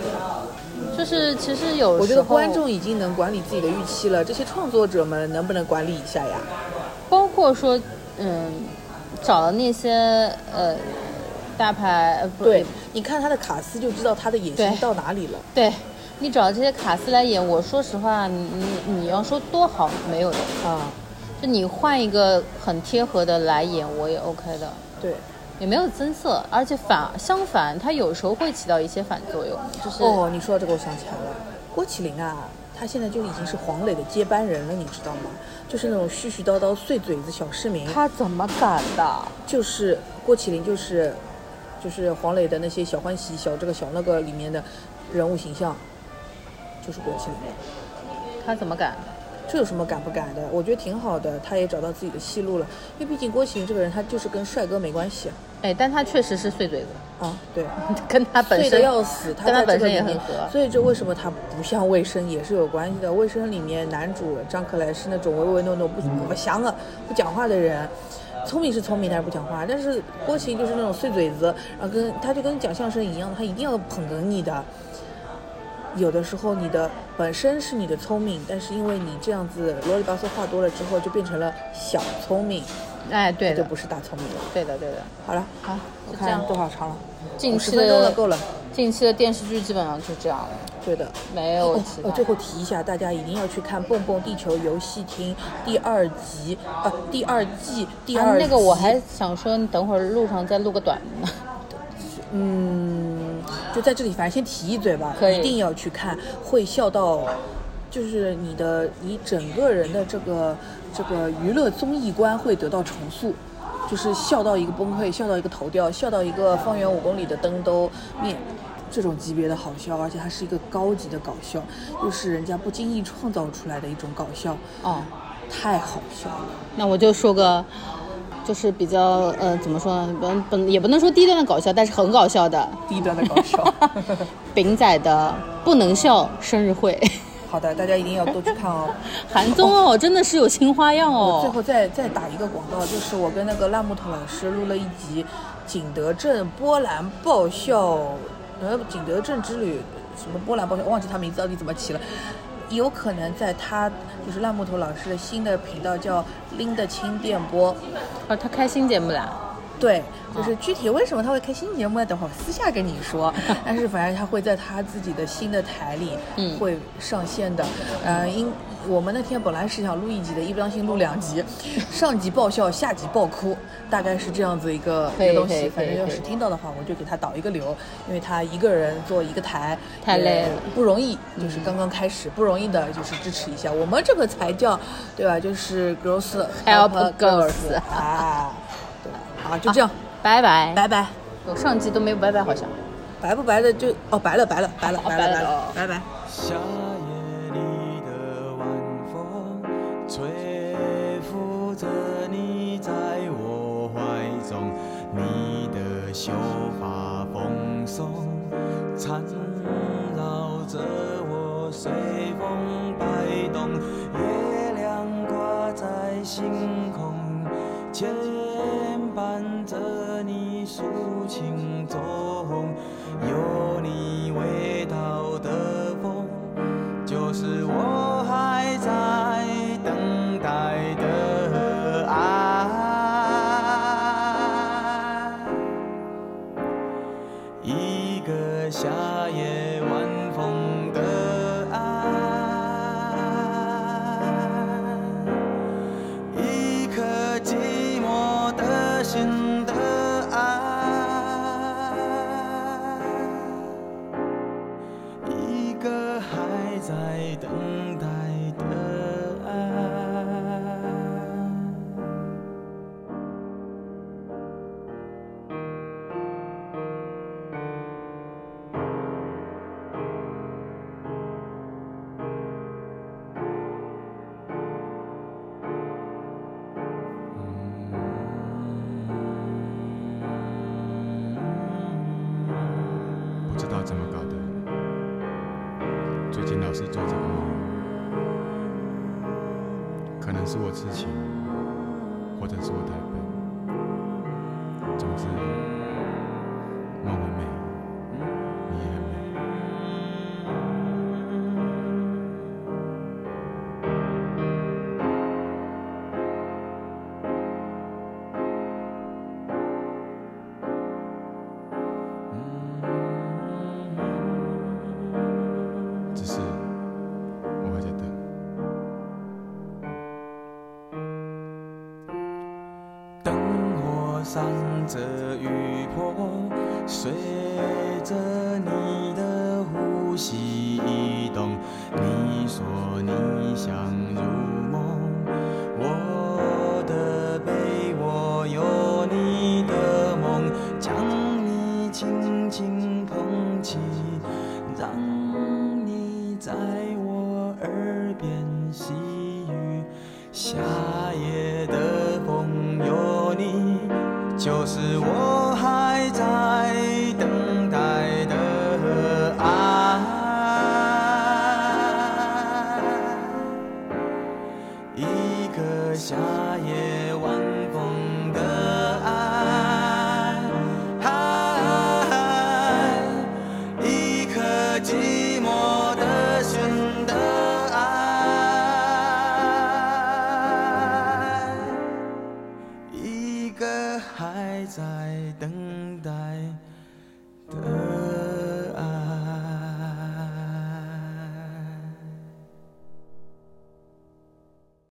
S3: 就是其实有时候
S4: 我觉得观众已经能管理自己的预期了，这些创作者们能不能管理一下呀？
S3: 包括说，嗯，找了那些呃大牌，呃、不
S4: 对，你看他的卡斯就知道他的野心
S3: 对
S4: 到哪里了。
S3: 对，你找这些卡司来演，我说实话，你你你要说多好没有的，
S4: 啊，
S3: 就你换一个很贴合的来演，我也 OK 的，
S4: 对，
S3: 也没有增色，而且反相反，它有时候会起到一些反作用，就是、
S4: 哦，你说到这个，我想起来了，郭麒麟啊，他现在就已经是黄磊的接班人了，你知道吗？就是那种絮絮叨叨、碎嘴子小市民，
S3: 他怎么敢的？
S4: 就是郭麒麟，就是就是黄磊的那些小欢喜、小这个小那个里面的人物形象，就是郭麒麟。
S3: 他怎么敢？
S4: 这有什么敢不敢的？我觉得挺好的，他也找到自己的戏路了。因为毕竟郭麒麟这个人，他就是跟帅哥没关系
S3: 哎，但他确实是碎嘴子，
S4: 啊，对，
S3: 跟他本
S4: 碎
S3: 身
S4: 的要死，他
S3: 跟他
S4: 在
S3: 本
S4: 这
S3: 身
S4: 个里
S3: 也很
S4: 面
S3: 合。
S4: 所以这为什么他不像卫生也是有关系的？卫生里面男主张克莱是那种唯唯诺诺、不不祥啊、不讲话的人。聪明是聪明，但是不讲话。但是郭麒麟就是那种碎嘴子，然后跟他就跟讲相声一样，他一定要捧哏你的。有的时候你的本身是你的聪明，但是因为你这样子啰里吧嗦话多了之后，就变成了小聪明，
S3: 哎，对的，
S4: 就不是大聪明了。
S3: 对的，对的。
S4: 好了，
S3: 好，
S4: 我
S3: 就这样
S4: 看。多少长了，
S3: 近
S4: 十
S3: 期
S4: 分钟了，
S3: 的
S4: 够了。
S3: 近期的电视剧基本上就这样了，
S4: 对的。
S3: 没有
S4: 哦
S3: 其他。啊
S4: 呃，最后提一下，大家一定要去看《蹦蹦地球游戏厅》第二集，呃，第二季第
S3: 啊
S4: 二集、
S3: 那个我还想说，你等会儿路上再录个短的呢。
S4: 嗯，就在这里，反正先提一嘴吧，
S3: 可以
S4: 一定要去看，会笑到，就是你的你整个人的这个这个娱乐综艺观会得到重塑。就是笑到一个崩溃，笑到一个头掉，笑到一个方圆五公里的灯都灭，这种级别的好笑，而且它是一个高级的搞笑，又是人家不经意创造出来的一种搞笑，
S3: 哦，
S4: 太好笑了。
S3: 那我就说个，就是比较呃，怎么说呢？不不也不能说低端的搞笑，但是很搞笑的。
S4: 低端的搞笑。
S3: 饼仔的不能笑生日会，
S4: 好的，大家一定要多去看哦。
S3: 韩综哦，真的是有新花样哦。
S4: 最后再再打一个广告，就是我跟那个烂木头老师录了一集《景德镇波兰爆笑》，呃，景德镇之旅什么波兰爆笑，忘记他名字到底怎么起了。有可能在他就是烂木头老师的新的频道叫“拎得清电波哦
S3: 啊，他开新节目啦。”，
S4: 对，
S3: 啊
S4: 就是具体为什么他会开新节目呢？等会儿私下跟你 说。但是反正他会在他自己的新的台里
S3: 嗯
S4: 会上线的。呃，因我们那天本来是想录一集的，一不当心录两集，上集爆笑，下集爆哭，大概是这样子一个
S3: 可
S4: 一
S3: 以
S4: 个东
S3: 可
S4: 西。
S3: 以
S4: 反正
S3: 可以
S4: 要
S3: 可以
S4: 是听到的话，我就给他导一个流，因为他一个人做一个台
S3: 太
S4: 也
S3: 累了嗯
S4: 不容易，就是刚刚开始不容易的，就是支持一下我们这个才叫对吧？就是 girls
S3: Help
S4: girls
S3: girls
S4: 啊，对吧？好，就这样，
S3: 拜拜。
S4: 拜拜。
S3: 我上季都没有拜拜，好像。
S4: 白不白的就哦，白了白了白了
S3: 哦白
S4: 白了
S3: 了
S4: 白了
S3: 哦，
S4: 拜拜。
S1: 夏夜里的晚风，吹拂着你在我怀中，你的秀发蓬松，缠绕着我随风摆动。月亮挂在星空，牵绊着你抒情作风，有你味道的风，就是我还在等待的爱。一个夏夜晚风的爱。一颗寂寞的心的爱，一个还在等待的爱。不知道怎么搞的，最近老是做这个梦，可能是我痴情，或者是我太笨。总之，梦很美，你也很美。上这雨波，随着你的呼吸移动。你说你想入梦，我的被窝有你的梦，将你轻轻捧起，让你在我耳边细语。夏夜的风有你，就是我还在等待的爱。一个夏夜晚风的爱，一颗寂寞的心的爱，一个还在等待。